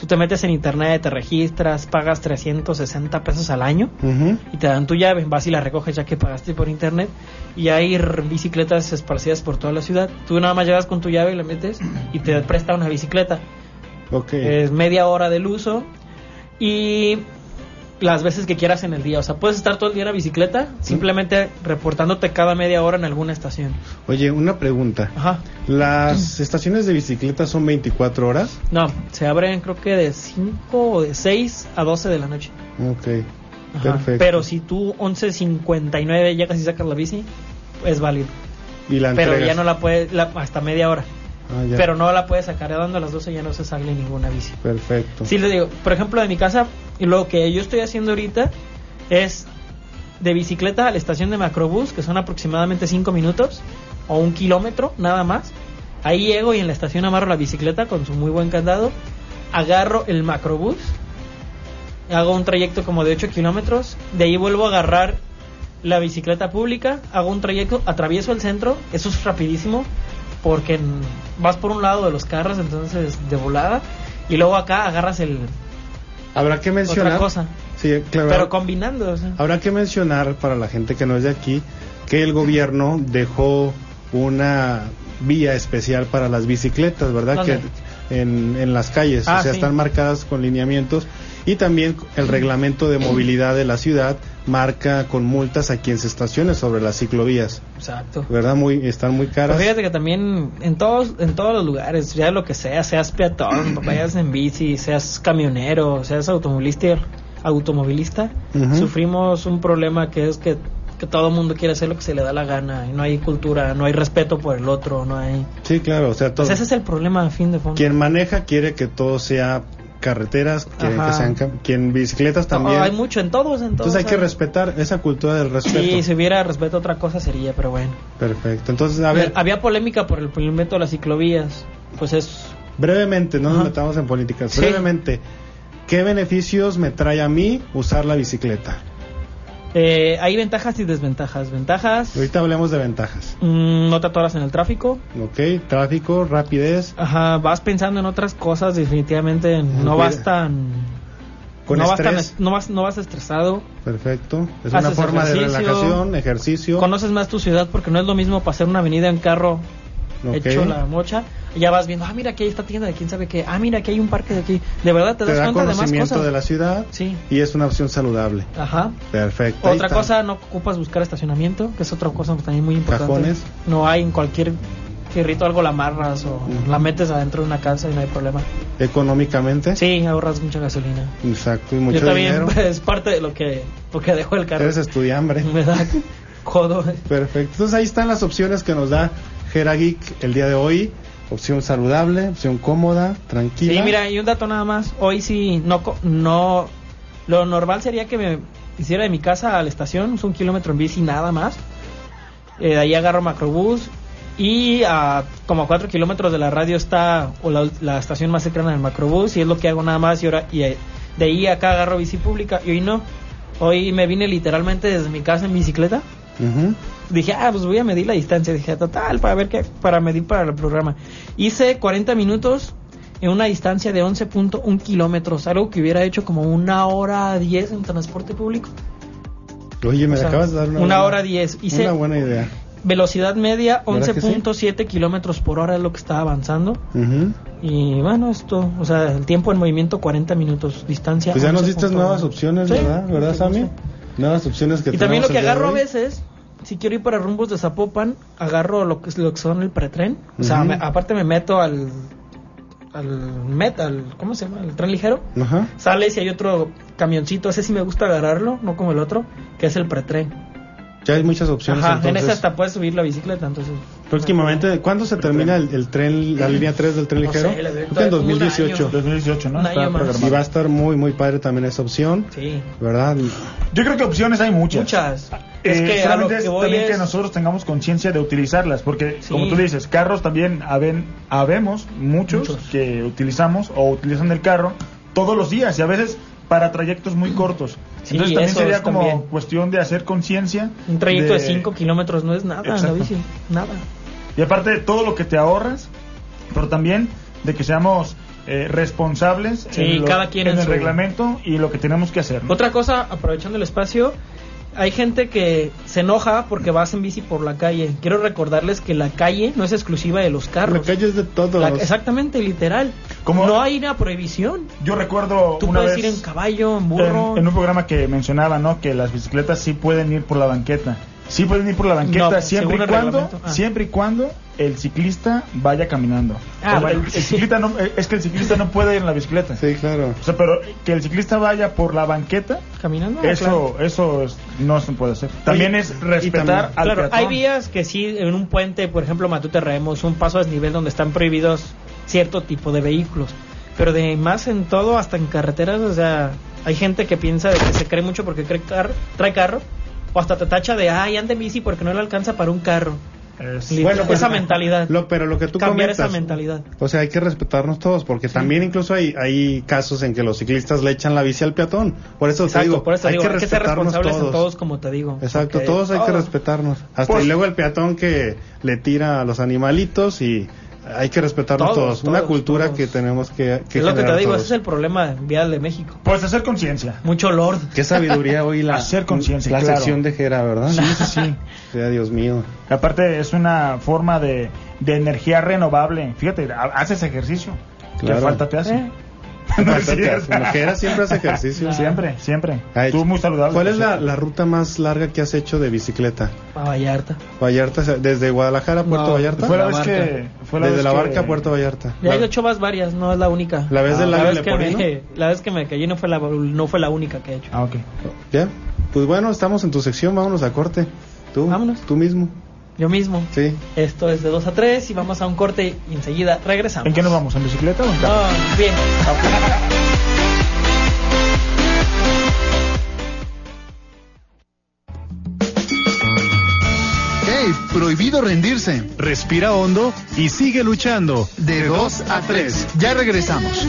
Tú te metes en internet, te registras, pagas 360 pesos al año Ujú. y te dan tu llave, vas y la recoges ya que pagaste por internet y hay r- bicicletas esparcidas por toda la ciudad. Tú nada más llegas con tu llave y la metes y te presta una bicicleta. Ok. Es media hora del uso y las veces que quieras en el día. O sea, puedes estar todo el día en la bicicleta simplemente reportándote cada media hora en alguna estación. Oye, una pregunta. Ajá. ¿Las estaciones de bicicleta son 24 horas? No, se abren creo que de 5 o de 6 a 12 de la noche. Ok. Ajá. Perfecto. Pero si tú 11.59 llegas y sacas la bici, es válido. y la Pero entregas? ya no la puedes, la- hasta media hora. Ah, ya. Pero no la puedes sacar, ya dando las 12 ya no se sale ninguna bici. Perfecto. Sí, le digo, por ejemplo, de mi casa, lo que yo estoy haciendo ahorita es de bicicleta a la estación de Macrobús, que son aproximadamente 5 minutos o un kilómetro nada más. Ahí llego y en la estación amarro la bicicleta con su muy buen candado, agarro el Macrobús, hago un trayecto como de 8 kilómetros, de ahí vuelvo a agarrar la bicicleta pública, hago un trayecto, atravieso el centro, eso es rapidísimo, porque en- vas por un lado de los carros, entonces de volada, y luego acá agarras el, Habrá que mencionar. Otra cosa. Sí, claro. Pero combinando, o sea. Habrá que mencionar para la gente que no es de aquí que el gobierno dejó una vía especial para las bicicletas, ¿verdad? ¿Dónde? Que en, en las calles, Ah, o sea, sí. están marcadas con lineamientos y también el reglamento de movilidad de la ciudad marca con multas a quien se estacione sobre las ciclovías, Exacto. ¿verdad? Muy están muy Pero caras. fíjate que también en todos en todos los lugares, ya lo que sea, seas peatón, vayas en bici, seas camionero, seas automovilista, automovilista, Ujú. sufrimos un problema que es que, que todo el mundo quiere hacer lo que se le da la gana y no hay cultura, no hay respeto por el otro, no hay. Sí, claro, o sea, todo. Pues ese es el problema a fin de fondo. Quien maneja quiere que todo sea carreteras, quiere Ajá. que sean cam- quien bicicletas No, también. hay mucho en todos, en todos. Entonces hay que ¿sabes? respetar esa cultura del respeto. Sí, si hubiera respeto otra cosa sería, pero bueno. Perfecto. Entonces, a ver, Había polémica por el invento de las ciclovías. Pues es brevemente, no nos Ajá. metamos en políticas. Sí. Brevemente, ¿qué beneficios me trae a mí usar la bicicleta? eh, hay ventajas y desventajas. Ventajas, Ahorita hablemos de ventajas. mm, no te atoras en el tráfico. Ok, tráfico, rapidez. Ajá, vas pensando en otras cosas, definitivamente no Cuida- vas tan... Con no, vas tan estrés. no, vas, no vas estresado. Perfecto. Es una Haces forma de ejercicio. relajación, ejercicio. Conoces más tu ciudad porque no es lo mismo pasar una avenida en carro Ok. hecho la mocha. Y ya vas viendo, ah, mira, aquí hay esta tienda de quién sabe qué. Ah, mira, aquí hay un parque de aquí. De verdad, te, Te das da cuenta de más conocimiento cosas. de la ciudad Sí. y es una opción saludable. Ajá. Perfecto. ahí Otra está. cosa, no ocupas buscar estacionamiento, que es otra cosa también muy importante. Cajones. No hay en cualquier fierrito algo la amarras o la metes adentro de una casa y no hay problema. Económicamente. Sí, ahorras mucha gasolina. Exacto, y mucho Yo también dinero. es parte de lo que porque dejó el carro. Eres estudiambre. Me da codo. Perfecto. Entonces ahí están las opciones que nos da Gera Geek el día de hoy. Opción saludable, opción cómoda, tranquila. Sí, mira, y un dato nada más. Hoy sí, no, co- no. Lo normal sería que me hiciera de mi casa a la estación, es un kilómetro en bici nada más. Eh, de ahí agarro macrobús. Y a como a 4 kilómetros de la radio está o la, la estación más cercana del macrobús, y es lo que hago nada más. Y, ahora, y eh, de ahí acá agarro bici pública. Y hoy no. Hoy me vine literalmente desde mi casa en bicicleta. Ujú. Dije, ah, pues voy a medir la distancia. Dije, total, para ver qué, para medir para el programa. Hice 40 minutos en una distancia de 11.1 kilómetros, algo que hubiera hecho como una hora 10 en transporte público. Oye, me O sea, acabas de dar una, una buena- hora 10. Hice Una buena idea. velocidad media ¿Verdad que sí? 11.7 kilómetros por hora es lo que estaba avanzando. Ujú. Y bueno, esto, o sea, el tiempo en movimiento 40 minutos, distancia. Pues ya nos diste 11.1. nuevas opciones, Sí. ¿verdad? ¿Verdad, Sammy? Nuevas opciones que Y también lo tenemos que el día de agarro a hoy. veces, si quiero ir para rumbos de Zapopan, agarro lo que, lo que son el pretren. O sea, Ujú. me- aparte me meto al. al met, al. ¿Cómo se llama? El tren ligero. Ajá. Sales y hay otro camioncito. Ese sí me gusta agarrarlo, no como el otro, que es el pretren. Ya hay muchas opciones. Ajá, en entonces. ese hasta puedes subir la bicicleta, entonces. Próximamente, ¿cuándo se termina el, el tren, la línea 3 del tren No sé, ligero? la verdad, Creo que en un 2018. año. 2018, ¿no? Un año Está más. programado. Y va a estar muy, muy padre también esa opción, Sí. ¿verdad? Yo creo que opciones hay muchas. Muchas. Eh, es que a lo solamente es que voy también es. que nosotros tengamos conciencia de utilizarlas, porque Sí. como tú dices, carros también haben- habemos muchos, que utilizamos o utilizan el carro todos los días y a veces para trayectos muy cortos. Sí, Entonces también eso sería es como también. cuestión de hacer conciencia. Un trayecto de 5 kilómetros no es nada, en la Exacto. bici. Nada. Y aparte de todo lo que te ahorras, pero también de que seamos eh, responsables Sí, en, lo- cada quien en en el su- reglamento y lo que tenemos que hacer. ¿no? Otra cosa, aprovechando el espacio, hay gente que se enoja porque vas en bici por la calle. Quiero recordarles que la calle no es exclusiva de los carros. La calle es de todos. La- exactamente, literal. Como- No hay una prohibición. Yo recuerdo Tú una puedes vez ir en caballo, en burro. en, en un programa que mencionaba, ¿no? Que las bicicletas sí pueden ir por la banqueta. Sí pueden ir por la banqueta No, siempre según y el cuando, reglamento. Ah. siempre y cuando el ciclista vaya caminando. Ah, O vaya- bueno. el ciclista no, eh, es que el ciclista no puede ir en la bicicleta. Sí, claro. O sea, pero que el ciclista vaya por la banqueta, Caminando. eso, claro. eso es- no se puede hacer. También Oye, es respetar al Claro, peatón. hay vías que sí, en un puente, por ejemplo, Matute Remos, un paso a desnivel donde están prohibidos cierto tipo de vehículos. Pero de más en todo, hasta en carreteras, o sea, hay gente que piensa de que se cree mucho porque cree car- trae carro, o hasta te tacha de, ay, anda en bici porque no le alcanza para un carro. Es- Bueno, esa mentalidad. Lo, pero lo pues, que tú Cambiar comentas, esa mentalidad. O sea, hay que respetarnos todos, porque también incluso hay, hay casos en que los ciclistas le echan la bici al peatón. Por eso te Exacto, digo, por eso hay, digo, que hay que ser respetarnos responsables todos. en todos, como te digo. Exacto, Porque todos hay que todo. respetarnos. Hasta Pues- y luego el peatón que le tira a los animalitos y Hay que respetarnos Todos, todos. Una todos, cultura que tenemos que, que es lo que generar te digo, todos. ese es el problema vial de México. Pues hacer conciencia. Mucho lord. Qué sabiduría hoy la, Hacer conciencia, la claro. sección de Jera, ¿verdad? Sí, sí, sí. Sea Dios mío. Aparte es una forma de, de energía renovable. Fíjate, ha- haces ejercicio. Claro. ¿Qué falta te hace? ¿Eh? No es Falta te cierto. hace. La Jera siempre hace ejercicio. Siempre, siempre. Ay, Tú muy saludable. ¿Cuál es por la, cierto. la ruta más larga que has hecho de bicicleta? A Vallarta. Vallarta, o sea, desde Guadalajara a Puerto No, Vallarta. fue la La vez barca. que- fue la desde vez la barca que- a Puerto Vallarta. Ya La- he hecho más varias, no es la única. ¿La vez del lago que Leporino? me, la vez que me caí no fue la, no fue la única que he hecho. Ah, ok. ¿Ya? Pues bueno, estamos en tu sección, vámonos a corte. Tú, tú mismo. Yo mismo. Sí. Esto es de 2 a 3 y vamos a un corte y enseguida regresamos. ¿En qué nos vamos? ¿En bicicleta o en carro? Ah, bien. ¡Hey! Prohibido rendirse. Respira hondo y sigue luchando. De 2 a 3. Ya regresamos.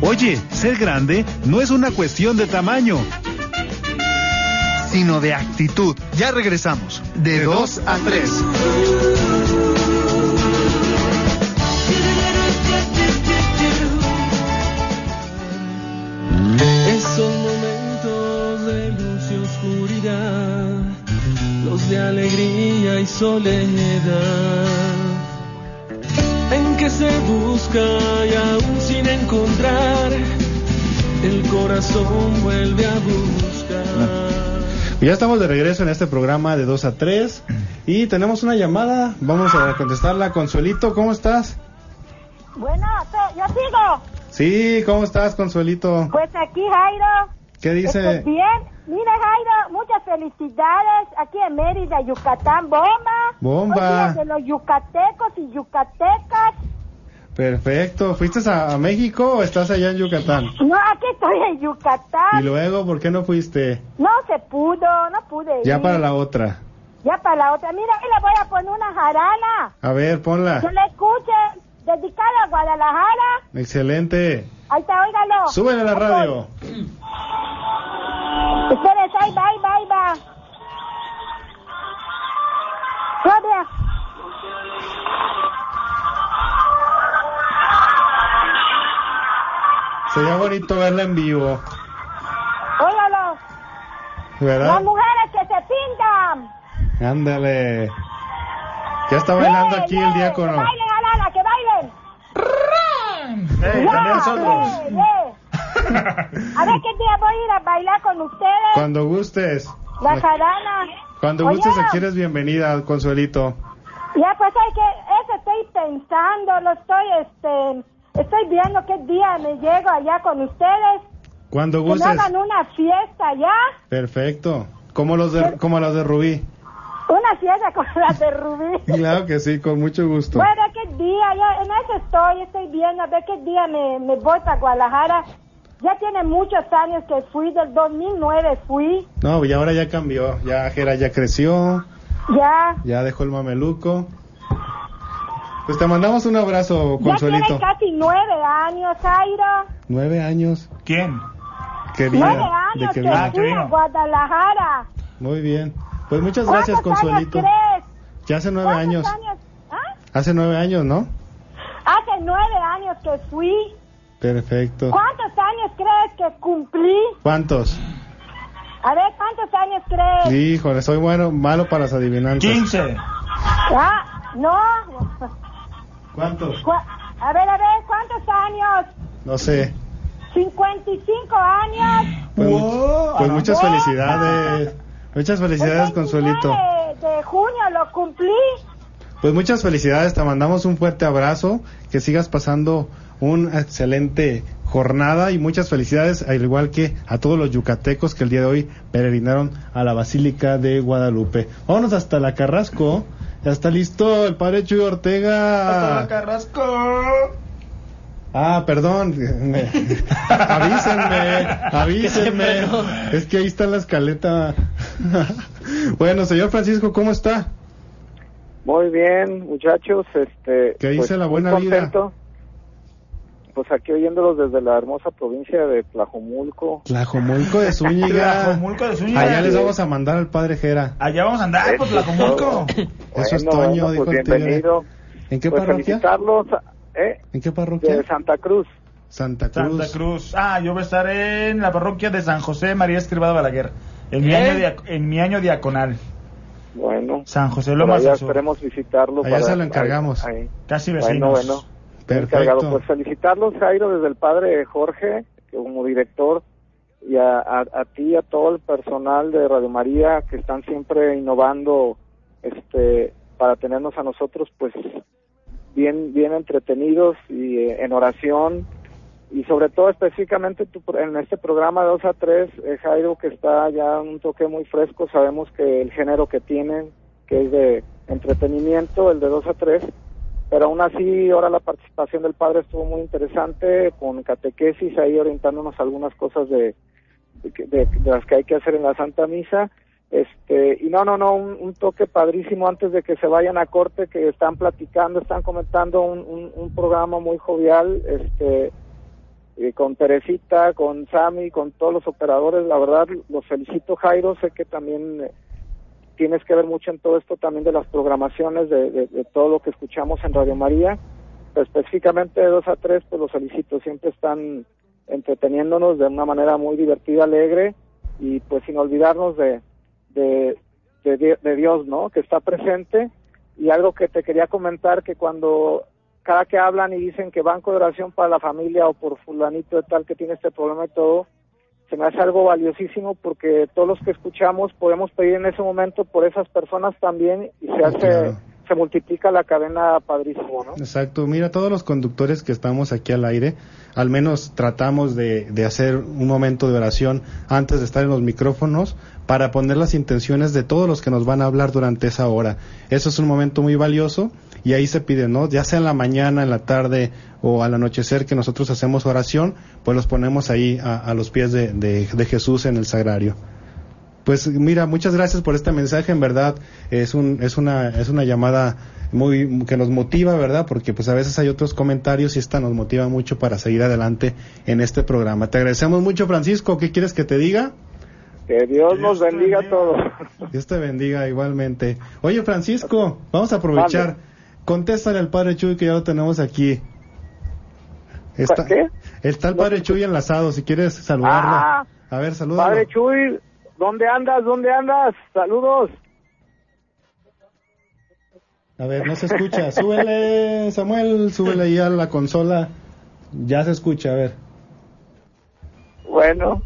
Oye, ser grande no es una cuestión de tamaño, Sino de actitud. Ya regresamos. De 2 a 3. Esos momentos de luz y oscuridad, los de alegría y soledad, en que se busca y aún sin encontrar, el corazón vuelve a buscar. Ya estamos de regreso en este programa de 2 a 3 y tenemos una llamada. Vamos a contestarla. Consuelito, ¿cómo estás? Bueno, so- yo sigo. Sí, ¿cómo estás, Consuelito? Pues aquí, Jairo. ¿Qué Este, dice? bien. Mira, Jairo, muchas felicidades aquí en Mérida, Yucatán. ¡Bomba! Bomba. Hoy día de los yucatecos y yucatecas. Perfecto. ¿Fuiste a, a México o estás allá en Yucatán? No, aquí estoy en Y Yucatán. luego, ¿por qué no fuiste? No se pudo, no pude Ya ir. para la otra. Ya para la otra. Mira, ahí le voy a poner una jarana. A ver, Que ponla. la escuche. Dedicada a Guadalajara. Excelente. Ahí está, óigalo. Súbele a la radio. Ustedes, ahí va, ahí va, ahí va. Claudia. Sería bonito verla en vivo, Óigalo, las ¿verdad? mujeres que se pintan. Ándale. Ya está bailando aquí el Que diácono. bailen, Alana, que bailen. Ey, Ya, también nosotros. eh, eh. A ver qué día voy a ir a bailar con ustedes. Cuando gustes. La jarana. Cuando Oye, gustes aquí eres bienvenida, Consuelito. Ya, pues hay que, eso estoy pensando, lo estoy, este, estoy viendo qué día me llego allá con ustedes. Cuando Que me gustes. hagan una fiesta allá, Perfecto. Como los Pues- de, como los de Rubí. una fiesta con las de Rubí. Claro que sí, con mucho gusto. Bueno, qué día, ya en eso estoy, estoy viendo a ver qué día me, me voy para Guadalajara. Ya tiene muchos años que fui, del 2009 fui, No, y ahora ya cambió. Ya Jera ya creció, ya. ya dejó el mameluco. Pues te mandamos un abrazo, Ya tiene Oh, Consuelito. casi nueve años, Jairo. Nueve años. ¿Quién? Querida. Nueve años de que Querida. fui a Guadalajara. Muy bien. Pues muchas gracias, ¿Cuántos años Consuelito. crees? Ya hace nueve ¿Cuántos años. años? ¿Ah? Hace nueve años, ¿no? Hace nueve años que fui. Perfecto. ¿Cuántos años crees que cumplí? ¿Cuántos? A ver, ¿cuántos años crees? Híjole, soy bueno, malo para las adivinanzas. 15. Ah, no. ¿Cuántos? Cu- A ver, a ver, ¿cuántos años? No sé. 55 años Pues, Oh, mu- pues muchas Wow. felicidades. Muchas Pues felicidades, Consuelito. de, de junio lo cumplí. Pues muchas felicidades, te mandamos un fuerte abrazo, que sigas pasando una excelente jornada y muchas felicidades, al igual que a todos los yucatecos que el día de hoy peregrinaron a la Basílica de Guadalupe. Vámonos hasta la Carrasco, ya está listo el padre Chuy Ortega. Carrasco. Ah, perdón, me- avísenme, avísenme, es que ahí está la escaleta. bueno, señor Francisco, ¿cómo está? Muy bien, muchachos, este ¿Qué dice la buena muy contento. Pues aquí oyéndolos desde la hermosa provincia de Tlajomulco. Tlajomulco de Zúñiga. Tlajomulco de Zúñiga. Allá les vamos a mandar al padre Jera. Allá vamos a andar por Tlajomulco. Eso es Bueno, Toño, bueno, dijo pues el tío. bienvenido. ¿En qué pues parroquia? felicitarlos, ¿eh? ¿En qué parroquia? De Santa Cruz. Santa Cruz. Santa Cruz. Ah, yo voy a estar en la parroquia de San José María Escribada Balaguer. En mi, ¿Eh? año dia- en mi año diaconal. Bueno. San José Por Lomas allá del Sur. esperemos visitarlo. Allá se lo encargamos. ahí. Casi Bueno, vecinos. bueno. Perfecto. Encargado. Pues felicitarlos, Jairo, desde el padre Jorge, como director, y a, a, a ti, a todo el personal de Radio María, que están siempre innovando este para tenernos a nosotros, pues, bien, bien entretenidos y eh, en oración. Y sobre todo específicamente tu pro- en este programa de 2 a 3, eh, Jairo, que está ya un toque muy fresco, sabemos que el género que tienen, que es de entretenimiento, el de 2 a 3, pero aún así ahora la participación del padre estuvo muy interesante con catequesis ahí orientándonos a algunas cosas de, de que- de- de las que hay que hacer en la Santa Misa este y no no no un, un toque padrísimo antes de que se vayan a corte que están platicando están comentando un, un- un programa muy jovial este eh, con Teresita con Sami con todos los operadores la verdad los felicito Jairo sé que también eh, tienes que ver mucho en todo esto también de las programaciones, de, de- de todo lo que escuchamos en Radio María. Pero específicamente de 2 a 3, pues los felicito, siempre están entreteniéndonos de una manera muy divertida, alegre y pues sin olvidarnos de, de, de Di- de Dios, ¿no? Que está presente. Y algo que te quería comentar, que cuando cada que hablan y dicen que banco de oración para la familia o por fulanito de tal que tiene este problema y todo, se me hace algo valiosísimo porque todos los que escuchamos podemos pedir en ese momento por esas personas también y se hace, se multiplica la cadena padrísimo, ¿no? Exacto, mira, todos los conductores que estamos aquí al aire, al menos tratamos de, de hacer un momento de oración antes de estar en los micrófonos para poner las intenciones de todos los que nos van a hablar durante esa hora. Eso es un momento muy valioso y ahí se pide, ¿no? Ya sea en la mañana, en la tarde o al anochecer que nosotros hacemos oración, pues los ponemos ahí a, a los pies de- de- de Jesús en el sagrario. Pues mira, muchas gracias por este mensaje, en verdad es un es una es una llamada muy que nos motiva, ¿verdad? Porque pues a veces hay otros comentarios y esta nos motiva mucho para seguir adelante en este programa. Te agradecemos mucho, Francisco, ¿qué quieres que te diga? Que Dios nos bendiga a todos. Dios te bendiga igualmente. Oye, Francisco, vamos a aprovechar. Mande. Contéstale al padre Chuy que ya lo tenemos aquí. Está, ¿Qué? Está el padre Chuy enlazado, si quieres saludarlo. Ah. a ver, salúdalo. Padre Chuy, ¿dónde andas? ¿Dónde andas? Saludos. A ver, no se escucha. Súbele, Samuel, súbele ahí a la consola. Ya se escucha, a ver. Bueno,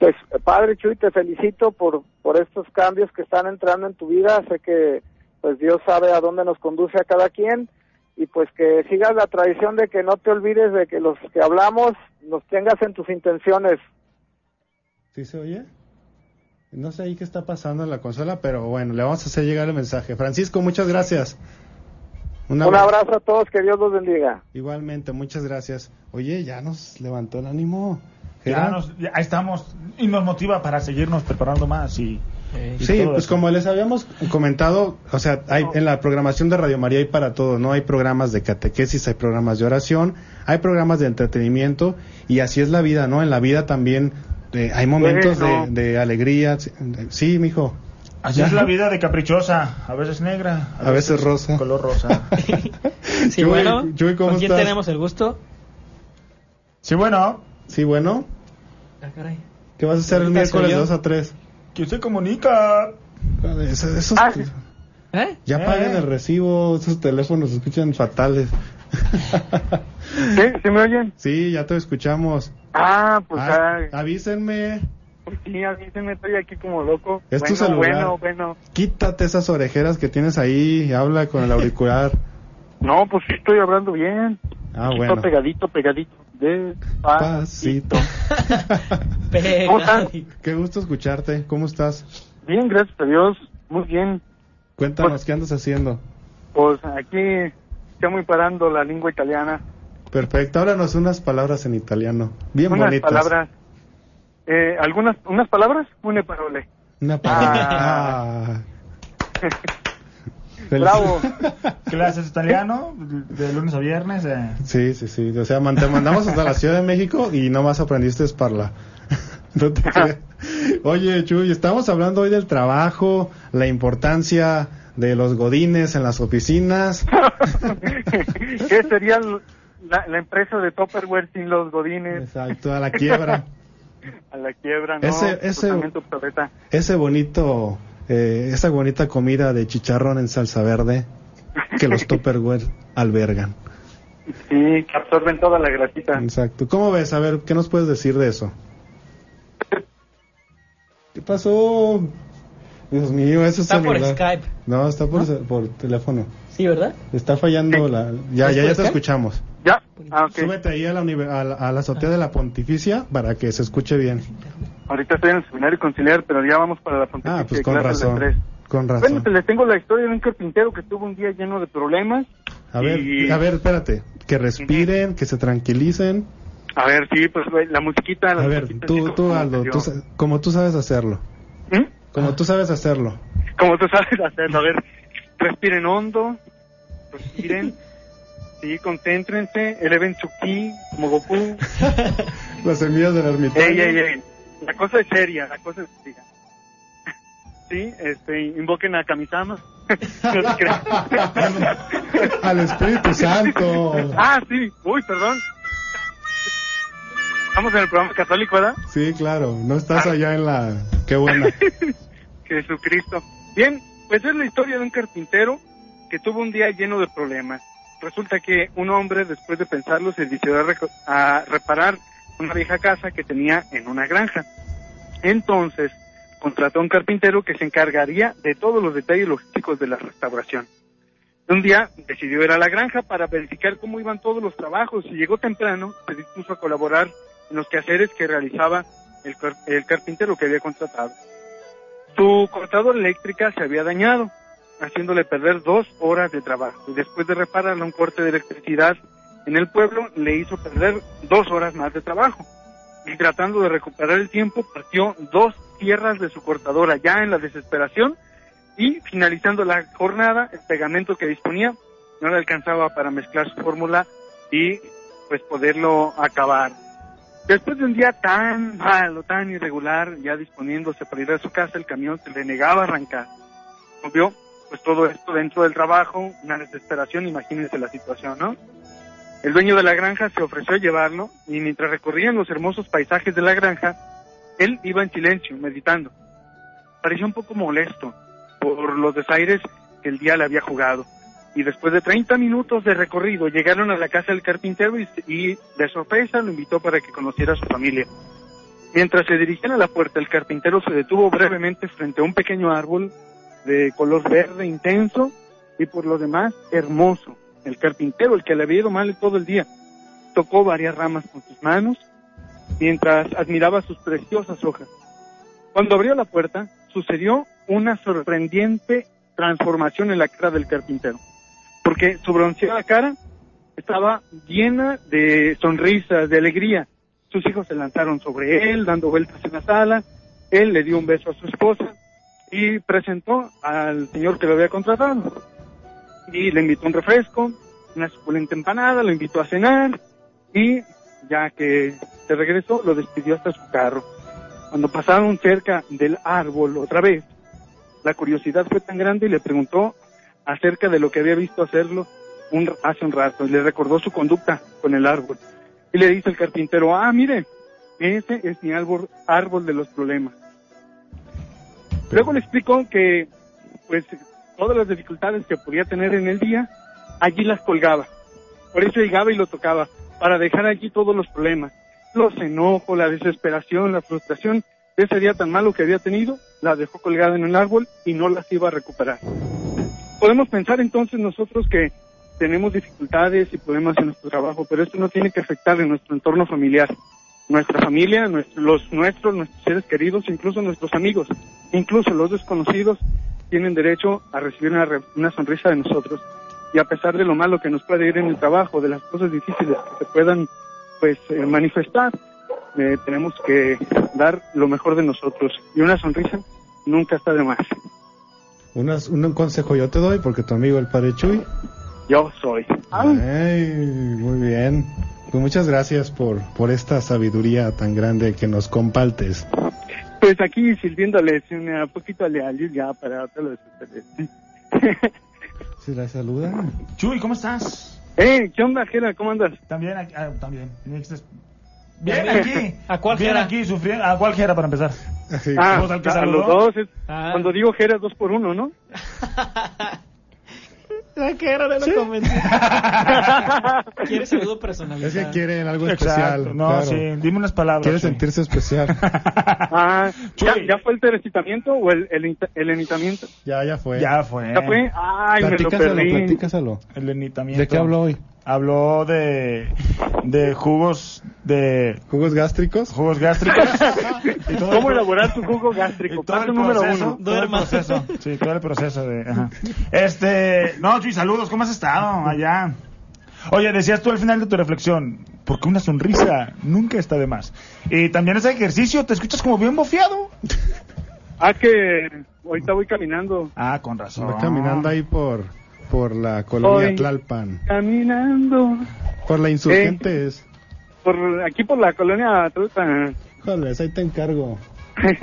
pues eh, Padre Chuy, te felicito por, por estos cambios que están entrando en tu vida. Sé que pues Dios sabe a dónde nos conduce a cada quien y pues que sigas la tradición de que no te olvides de que los que hablamos nos tengas en tus intenciones. ¿Sí se oye? No sé ahí qué está pasando en la consola, pero bueno, le vamos a hacer llegar el mensaje. Francisco, muchas gracias. Un, abrazo a todos, que Dios los bendiga. Igualmente, muchas gracias. Oye, ya nos levantó el ánimo. Ya Gerardo. nos- ya ahí estamos. Y nos motiva para seguirnos preparando más. Y, y Sí, todo pues eso. como les habíamos comentado, o sea, hay, en la programación de Radio María hay para todo, ¿no? Hay programas de catequesis, hay programas de oración, hay programas de entretenimiento y así es la vida, ¿no? En la vida también eh, hay momentos Bueno. de, de alegría. Sí, Sí, mijo. Así es la vida de caprichosa. A veces negra. A veces rosa. Color rosa. Sí, Chuy, bueno. Chuy, ¿cómo ¿Con quién estás? tenemos el gusto? Sí, bueno. Sí, bueno. Ah, caray. ¿Qué vas a hacer el Ahorita soy miércoles yo. 2 a 3? Que se comunica. Eso- esos- Ah. ¿Eh? ya Eh. paguen el recibo, esos teléfonos se escuchan fatales. ¿Sí? ¿Sí me oyen? Sí, ya te escuchamos. Ah, pues Ay, avísenme. Sí, avísenme, estoy aquí como loco. Es tu Bueno, celular. bueno, bueno. Quítate esas orejeras que tienes ahí y habla con el auricular. No, pues sí estoy hablando bien. Ah, bueno. pegadito, pegadito. De Pasito. ¿Cómo están? Qué gusto escucharte. ¿Cómo estás? Bien, gracias a Dios. Muy bien. Cuéntanos qué andas haciendo. Pues aquí estamos parando la lengua italiana. Perfecto. Háblanos unas palabras en italiano. Bien unas bonitas. palabras. Eh, algunas unas Ah. palabras, una parola. Una palabra. Ah. Ah. Bravo. Clases de italiano de lunes a viernes. eh. Sí, sí, sí. O sea, man- te mandamos hasta la Ciudad de México y nomás aprendiste a esparla. No te creas. Oye, Chuy, estamos hablando hoy del trabajo, la importancia de los godines en las oficinas. ¿Qué sería la, la empresa de Topperware sin los godines? Exacto, a la quiebra. a la quiebra, ¿no? Pues Ese- ese- Totalmente obsoleta. Ese bonito, eh, esa bonita comida de chicharrón en salsa verde que los Tupperware albergan. Sí, que absorben toda la grasita. Exacto. ¿Cómo ves? A ver, ¿qué nos puedes decir de eso? ¿Qué pasó? Dios mío, eso Está por Skype. No, está por, por teléfono. Sí, ¿verdad? Está fallando la... Ya, ¿Es ya, ya por te Skype? escuchamos. Ya. Ah, Súbete ahí a la, univer- a la, a la azotea de Ah. la pontificia para que se escuche bien. Ahorita estoy en el seminario conciliar, pero ya vamos para la pontificia Ah, pues de con clases de razón. tres. Con Bueno, razón. pues les tengo la historia de un carpintero que estuvo un día lleno de problemas. A ver, a ver, espérate. Que respiren, que se tranquilicen. A ver, sí, pues güey, la musiquita. La A ver, musiquita, tú, chicos, tú ¿cómo Aldo, te tú dio? sa- como tú sabes hacerlo. ¿Mm? Como tú sabes hacerlo. Como tú sabes hacerlo. A ver, respiren hondo, respiren. Sí, concéntrense, eleven su ki, como Goku. Las semillas del ermitaño. Ey, ey, ey. La cosa es seria, la cosa es seria. Sí, este, invoquen a Kamisama. No te creas. Al Espíritu Santo. ah, sí. Uy, perdón. Estamos en el programa católico, ¿verdad? Sí, claro. No estás allá en la. Qué buena. Jesucristo. Bien, pues es la historia de un carpintero que tuvo un día lleno de problemas. Resulta que un hombre, después de pensarlo, se decidió a, reco- a reparar una vieja casa que tenía en una granja. Entonces, contrató a un carpintero que se encargaría de todos los detalles logísticos de la restauración. Un día decidió ir a la granja para verificar cómo iban todos los trabajos y llegó temprano, se dispuso a colaborar en los quehaceres que realizaba el car- el carpintero que había contratado. Su cortadora eléctrica se había dañado, haciéndole perder dos horas de trabajo. Y después de repararla, un corte de electricidad en el pueblo le hizo perder dos horas más de trabajo. Y tratando de recuperar el tiempo, partió dos tierras de su cortadora ya en la desesperación y finalizando la jornada, el pegamento que disponía no le alcanzaba para mezclar su fórmula y pues poderlo acabar. Después de un día tan malo, tan irregular, ya disponiéndose para ir a su casa, el camión se le negaba a arrancar. Obvio, pues todo esto dentro del trabajo, una desesperación, imagínense la situación, ¿no? El dueño de la granja se ofreció a llevarlo y mientras recorrían los hermosos paisajes de la granja, él iba en silencio, meditando. Parecía un poco molesto por los desaires que el día le había jugado. Y después de 30 minutos de recorrido llegaron a la casa del carpintero y, y de sorpresa lo invitó para que conociera a su familia. Mientras se dirigían a la puerta, el carpintero se detuvo brevemente frente a un pequeño árbol de color verde intenso y por lo demás hermoso. El carpintero, el que le había ido mal todo el día, tocó varias ramas con sus manos mientras admiraba sus preciosas hojas. Cuando abrió la puerta, sucedió una sorprendente transformación en la cara del carpintero, porque su bronceada cara estaba llena de sonrisas, de alegría. Sus hijos se lanzaron sobre él, dando vueltas en la sala. Él le dio un beso a su esposa y presentó al señor que lo había contratado. Y le invitó un refresco, una suculenta empanada, lo invitó a cenar y ya que se regresó, lo despidió hasta su carro. Cuando pasaron cerca del árbol otra vez, la curiosidad fue tan grande y le preguntó acerca de lo que había visto hacerlo un- hace un rato. Y le recordó su conducta con el árbol. Y le dice el carpintero, ah, mire, ese es mi árbol, árbol de los problemas. Luego le explicó que, pues, todas las dificultades que podía tener en el día, allí las colgaba. Por eso llegaba y lo tocaba, para dejar allí todos los problemas. Los enojos, la desesperación, la frustración de ese día tan malo que había tenido, la dejó colgada en un árbol y no las iba a recuperar. Podemos pensar entonces nosotros que tenemos dificultades y problemas en nuestro trabajo, pero esto no tiene que afectar en nuestro entorno familiar, nuestra familia, nues- los nuestros, nuestros seres queridos, incluso nuestros amigos, incluso los desconocidos tienen derecho a recibir una, re- una sonrisa de nosotros. Y a pesar de lo malo que nos puede ir en el trabajo, de las cosas difíciles que se puedan pues eh, manifestar, eh, tenemos que dar lo mejor de nosotros. Y una sonrisa nunca está de más. Unas, un consejo yo te doy porque tu amigo el padre Chuy. Yo soy. Ay, muy bien. Pues muchas gracias por, por esta sabiduría tan grande que nos compartes. Pues aquí sirviéndoles un poquito de alil ya para todos ustedes. ¿Se la saluda? Chuy, ¿cómo estás? Eh, ¿qué onda, Jera? ¿Cómo andas? También, aquí- ah, también. Estás- Bien, Bien aquí. ¿a cuál Bien Jera? aquí sufriendo. ¿A cuál Jera para empezar? Ah, Pues al que a- a saludó. los dos. es- Cuando digo Jera, dos por uno, ¿no? ¿Qué era de lo comenté? ¿Quieres saludo Es personalizado? que quieren algo Exacto, especial. no, claro. sí, dime unas palabras. Quiere Chuy. sentirse especial. Ah, ¿ya, ya fue el terecitamiento o el, el, enta- el enitamiento? Ya, ya fue. Ya fue. ¿Ya fue? Ay, me lo Platícaselo, perdí. platícaselo. El enitamiento. ¿De qué habló hoy? Habló de, de jugos de... ¿Jugos gástricos? Jugos gástricos. ¿Cómo elaborar tu jugo gástrico? Todo Paso el número proceso, uno. todo el proceso, sí, todo el proceso de, ajá. Este, no, Chuy, saludos, ¿cómo has estado allá? Oye, decías tú al final de tu reflexión, porque una sonrisa nunca está de más. Y también ese ejercicio, te escuchas como bien bofiado. Ah, que ahorita voy caminando. Ah, con razón. Va caminando ahí por, por la colonia Hoy. Tlalpan. Caminando. Eh, Por la Insurgentes. Por, aquí por la colonia Tlalpan. Joles, ahí te encargo. Ahí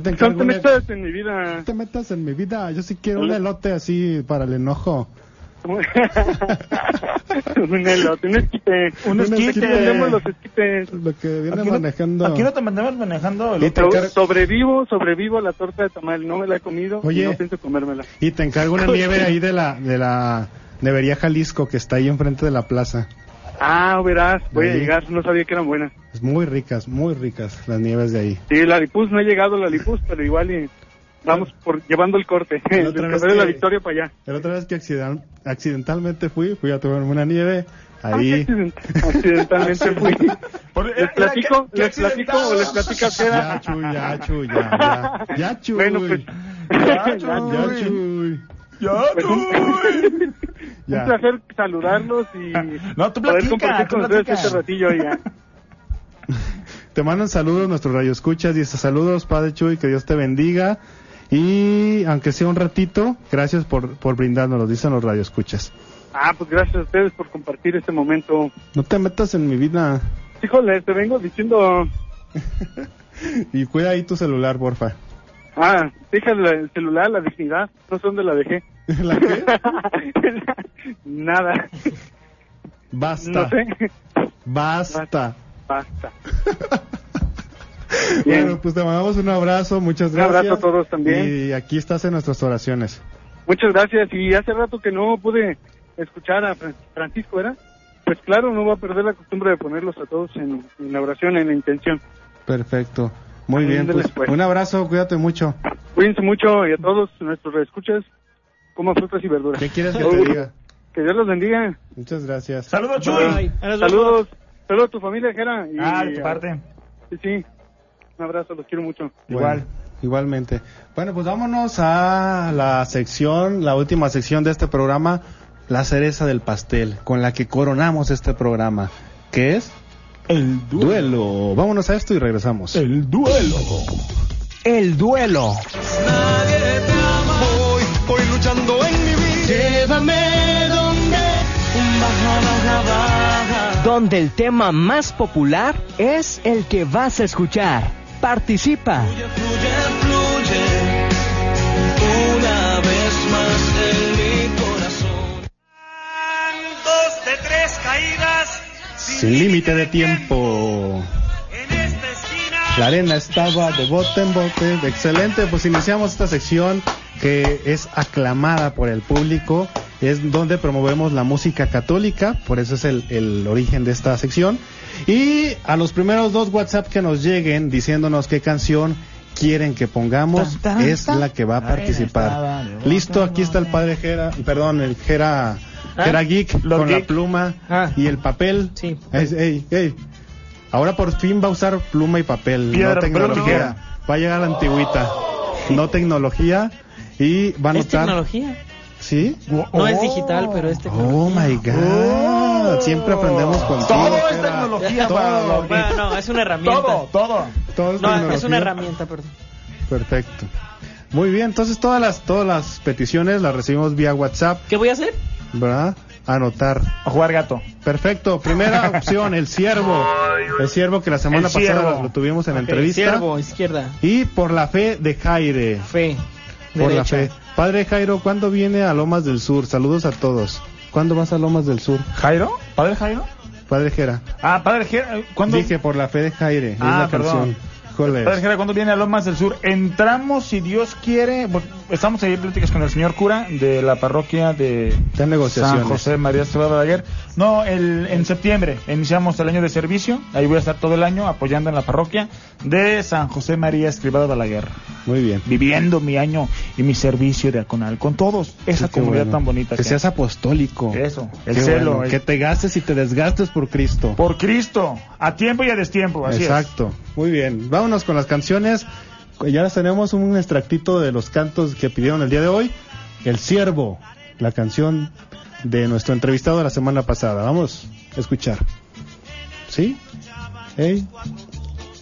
te No encargo. te una- metas en mi vida. te metas en mi vida. Yo sí quiero un elote así para el enojo. un elote, un esquite. Un esquite. Aquí vendemos los esquites. Lo que viene Aquí no- manejando. Aquí no te mandamos manejando. Y te encar- Sobrevivo, sobrevivo a la torta de tamal. No me la he comido Oye. y no pienso comérmela. Y te encargo una nieve ahí de la, de la nevería Jalisco que está ahí enfrente de la plaza. Ah, verás, voy a Ahí. llegar. No sabía que eran buenas. Es muy ricas, muy ricas las nieves de ahí. Sí, la Lipuz, no he llegado a la Lipuz, pero igual y vamos por llevando el corte. El otra café vez de la que- Victoria para allá. La otra vez que accidan- accidentalmente fui, fui a tomarme una nieve. Ay, Ahí. Ah, eh, accident- accidentalmente fui. ¿Les platico, qué les platico o les platico qué Ya, era? Chuy, ya, Chuy, ya, ya. Ya, Chuy. Bueno, pues. Ya, Chuy. Pues un, Ya. un placer saludarlos y No, tú poder compartir platica, tú con ustedes platica. este ratillo. Ya. Te mandan saludos nuestros radioescuchas. Dice saludos, Padre Chuy, que Dios te bendiga. Y aunque sea un ratito, gracias por, por brindárnoslo, dicen los radioescuchas. Ah, pues gracias a ustedes por compartir este momento. No te metas en mi vida. Híjole, te vengo diciendo, Y cuida ahí tu celular, porfa. ah, déjale el celular, la dignidad, no sé dónde la dejé. ¿La qué? Nada, Basta. no sé, Basta. basta. Bueno, pues te mandamos un abrazo, muchas Un gracias. abrazo a todos también. Y aquí estás en nuestras oraciones. Muchas gracias. Y hace rato que no pude escuchar a Fran- Francisco, ¿era? Pues claro, no va a perder la costumbre de ponerlos a todos en, en la oración, en la intención. Perfecto. Muy bien, Ándale, pues, pues. un abrazo, cuídate mucho. Cuídense mucho y a todos nuestros escuchas, como frutas y verduras. ¿Qué quieres que te diga? Que Dios los bendiga. Muchas gracias. Saludos, Chuy. Bye. Saludos. Saludos a tu familia, Jera. Y, Ah, de tu parte. Sí, sí. Un abrazo, los quiero mucho. Igual. igualmente. Bueno, pues vámonos a la sección, la última sección de este programa, la cereza del pastel, con la que coronamos este programa, que es el duelo. Vámonos a esto y regresamos. El duelo. El duelo. Voy, voy luchando en mi vida. Llévame donde. Baja, baja, baja. donde el tema más popular es el que vas a escuchar. Participa. Fluye, fluye. Una vez más en mi corazón. Dos de tres caídas. Sin límite de tiempo. La arena estaba de bote en bote. Excelente, pues iniciamos esta sección que es aclamada por el público. Es donde promovemos la música católica, por eso es el, el origen de esta sección. Y a los primeros dos WhatsApp que nos lleguen diciéndonos qué canción quieren que pongamos Tan, tan, es tan. la que va a La arena participar. estaba de bote Listo, aquí está el padre Jera, perdón, el Jera, ¿Ah? Jera Geek Los con la geek. Ah. pluma y el papel. Sí. ey, ey. Ahora por fin va a usar pluma y papel, no Piedra, tecnología. Va a llegar la antigüita, no tecnología y van a Es estar. tecnología. ¿Sí? No es digital, pero es Oh my god, siempre aprendemos contigo. Jera. tecnología. Todo. Bueno, no, es una herramienta. Todo, todo. Todo es No, es tecnología. una herramienta, perdón. Perfecto. Muy bien, entonces todas las, todas las peticiones las recibimos vía WhatsApp. ¿Qué voy a hacer? ¿Verdad? Anotar. O jugar gato. Perfecto. Primera opción, el ciervo. El ciervo que la semana El ciervo. pasada lo tuvimos en la Ok, entrevista. Ciervo, izquierda. Y por la fe de Jaire. Fe. Por la Derecha. fe. Padre Jairo, ¿cuándo viene a Lomas del Sur? Saludos a todos. ¿Cuándo vas a Lomas del Sur? ¿Jairo? ¿Padre Jairo? Padre Jera. Ah, padre Jera, ¿cuándo? Dije por la fe de Jaire. Ah, es la perdón. canción. Híjole. Padre Jera, ¿cuándo viene a Lomas del Sur? Entramos, si Dios quiere, bo- estamos ahí en pláticas con el señor cura de la parroquia de Están negociaciones. San José María Estrada Balaguer. No, el, en septiembre iniciamos el año de servicio, ahí voy a estar todo el año apoyando en la parroquia de San José María Escribada Balaguer. Muy bien. Viviendo mi año y mi servicio de Aconal con todos, esa Sí, qué comunidad bueno. tan bonita. Que seas apostólico. Eso, el Qué celo, bueno, el- Que te gastes y te desgastes por Cristo. Por Cristo, a tiempo y a destiempo, así es. Exacto. Muy bien. Vámonos con las canciones. Ya las tenemos un extractito de los cantos que pidieron el día de hoy. El Ciervo, la canción de nuestro entrevistado de la semana pasada. Vamos a escuchar. ¿Sí? ¿Ey?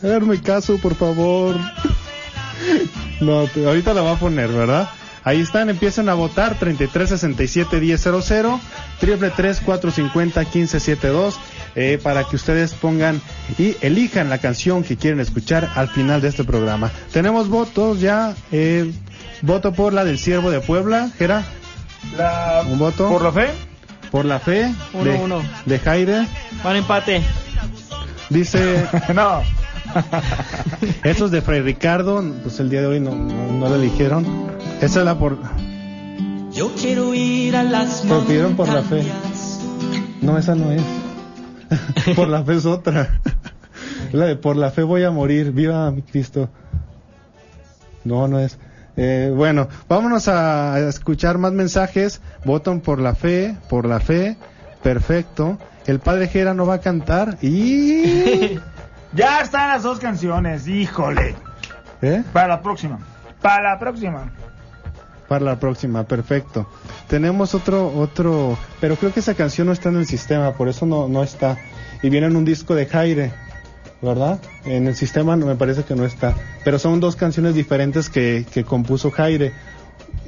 Háganme caso, por favor. No, te- ahorita la va a poner, ¿verdad? Ahí están, empiezan a votar 33 67 1000 triple 450 1572 eh, para que ustedes pongan y elijan la canción que quieren escuchar al final de este programa. Tenemos votos ya, eh, voto por la del siervo de Puebla, Gera, La- un voto ¿Por la fe? por la fe Uno, de, uno. de Jaire, Van empate. dice no. Estos de Fray Ricardo, pues el día de hoy no, no, no la eligieron. Esa es la por. Yo quiero ir a las Lo pidieron por la fe. No, esa no es. por la fe es otra. Es la de por la fe voy a morir. Viva mi Cristo. No, no es. Eh, bueno, vámonos a escuchar más mensajes. Votan por la fe, por la fe. Perfecto. El padre Jera no va a cantar. Y. Ya están las dos canciones, híjole. ¿Eh? Para la próxima. Para la próxima. Para la próxima, perfecto. Tenemos otro, otro, pero creo que esa canción no está en el sistema, por eso no, no está. Y viene en un disco de Jaire, ¿verdad? En el sistema no- me parece que no está. Pero son dos canciones diferentes que, que compuso Jaire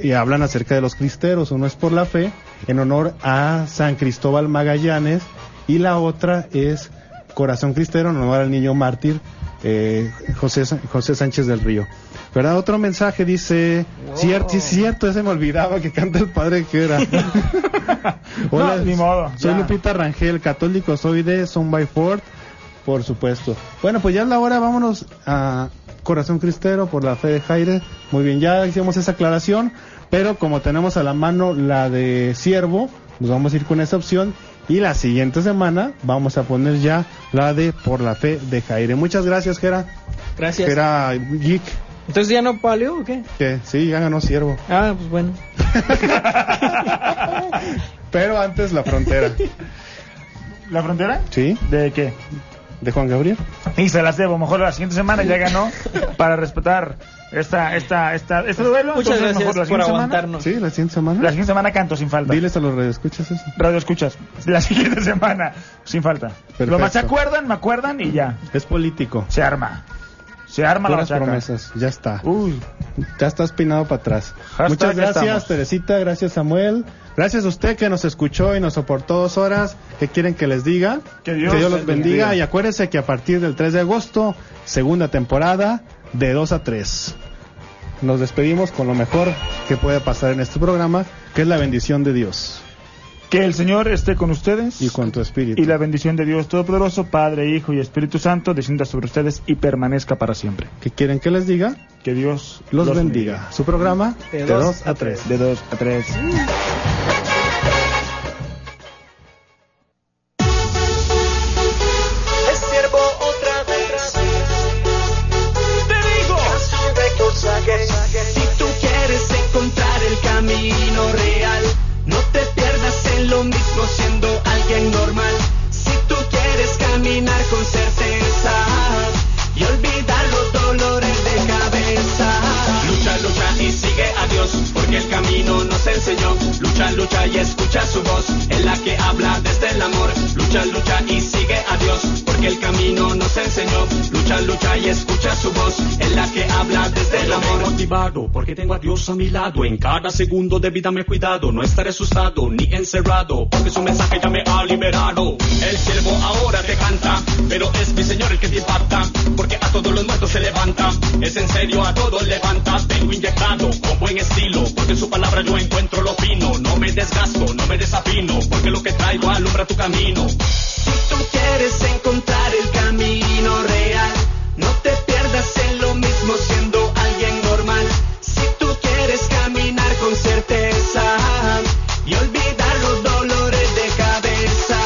y hablan acerca de los cristeros. Uno es por la fe, en honor a San Cristóbal Magallanes, y la otra es Corazón Cristero, en honor al niño mártir eh, José, Sa- José Sánchez del Río. ¿Verdad? Otro mensaje dice, Oh. cierto, sí, cierto, ese me olvidaba que canta el padre que era. Hola, No, ni modo, soy ya. Lupita Rangel, católico, soy de Son by Ford, por supuesto. Bueno, pues ya es la hora, vámonos a Corazón Cristero por la fe de Jaire. Muy bien, ya hicimos esa aclaración, pero como tenemos a la mano la de Siervo, nos vamos a ir con esa opción. Y la siguiente semana vamos a poner ya la de Por la Fe de Jaire. Muchas gracias, Jera. Gracias. Jera Geek, Entonces ya no palio o qué? que sí, ya ganó Siervo. Ah, pues bueno. Pero antes la frontera. ¿La frontera? ¿Sí? ¿De qué? ¿De Juan Gabriel? Y se las debo. Mejor la siguiente semana ya ganó para respetar esta, esta, esta, este duelo. Muchas gracias Entonces, mejor la por siguiente semana- aguantarnos. Sí, la siguiente semana. la siguiente semana canto sin falta. Diles a los radioescuchas eso. Radio escuchas. La siguiente semana sin falta. Lo más se acuerdan, me acuerdan y ya. Es político. Se arma. Se arma Puras la bachaca. promesas, ya está. Uy. Ya estás pinado para atrás. Hashtag Muchas ya gracias, estamos. Teresita. Gracias, Samuel. Gracias a usted que nos escuchó y nos soportó dos horas. ¿Qué quieren que les diga? Que Dios los les bendiga. bendiga. Y acuérdense que a partir del 3 de agosto, segunda temporada, de 2 a 3. Nos despedimos con lo mejor que puede pasar en este programa, que es la bendición de Dios Que el Señor esté con ustedes. y con tu espíritu. Y la bendición de Dios Todopoderoso, Padre, Hijo y Espíritu Santo, descienda sobre ustedes y permanezca para siempre. ¿Qué quieren que les diga? Que Dios Los, bendiga. Su programa, de 2 a 3. De dos a tres. Es siervo otra vez. Te digo. Si tú quieres encontrar el camino real, no te pierdas en lo mismo siendo alguien normal. Si tú quieres caminar con certeza y olvidar los dolores de cabeza. Lucha, lucha y sigue a Dios, porque el camino nos enseñó. Lucha, lucha y escucha su voz, en la que habla desde el amor. Lucha, lucha y sigue a Dios, porque que el camino nos enseñó. Lucha, lucha y escucha su voz, en la que habla desde el amor. motivado, porque tengo a Dios a mi lado. En cada segundo de vida me he cuidado. No estaré asustado ni encerrado, porque su mensaje ya me ha liberado. El siervo ahora te canta, pero es mi Señor el que te impacta, porque a todos los muertos se levanta. Es en serio, a todos levanta. Vengo inyectado con buen estilo, porque en su palabra yo encuentro lo fino. No me desgasto, no me desafino, porque lo que traigo alumbra tu camino. Si tú quieres encontrar el camino real, no te pierdas en lo mismo siendo alguien normal. Si tú quieres caminar con certeza y olvidar los dolores de cabeza.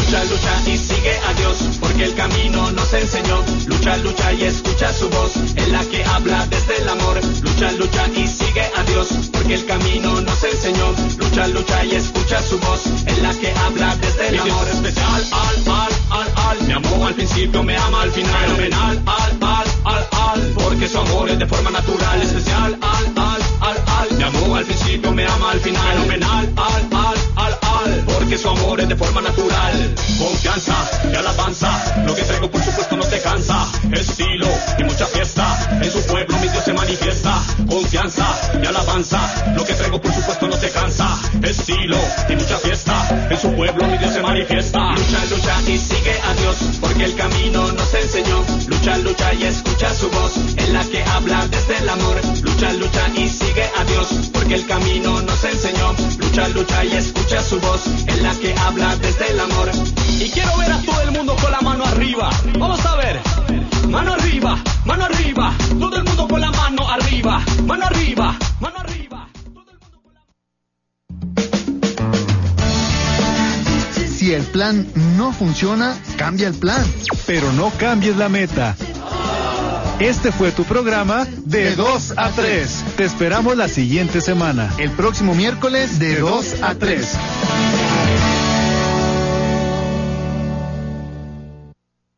Lucha, lucha y sigue a Dios, porque el camino nos enseñó. Lucha, lucha y escucha su voz, en la que habla desde el amor. Lucha, lucha y sigue a Dios, porque el camino nos enseñó. Lucha, lucha y escucha su voz, en la que habla desde el amor. especial, al, al, al, al. Me amó al principio, me ama al final. Fenomenal, al, al, al, al. Porque su amor es de forma natural. Especial, al, al, al, al. Me amó al principio, me ama al final. Fenomenal, al, al, al, al. Porque su amor es de forma natural. Confianza y alabanza. Lo que traigo, por supuesto, no te cansa. Estilo y mucha fiesta. En su pueblo, mi Dios se manifiesta. Confianza y alabanza. Lo que traigo, por supuesto, no te cansa. Estilo y mucha fiesta. En su pueblo, mi Dios se manifiesta. Lucha, lucha y sigue a Dios. Porque el camino nos enseñó. Lucha, lucha y escucha su voz. En la que habla desde el amor. Lucha, lucha y sigue a Dios. Porque el camino nos enseñó. Lucha, lucha y escucha su voz. En la que habla desde el amor. Y quiero ver a todo el mundo con la mano arriba. Vamos a ver. Mano arriba, mano arriba. Todo el mundo con la mano arriba. Mano arriba, mano arriba. Si el plan no funciona, cambia el plan. Pero no cambies la meta. Este fue tu programa de 2 a 3. Te esperamos la siguiente semana. El próximo miércoles de 2 a 3.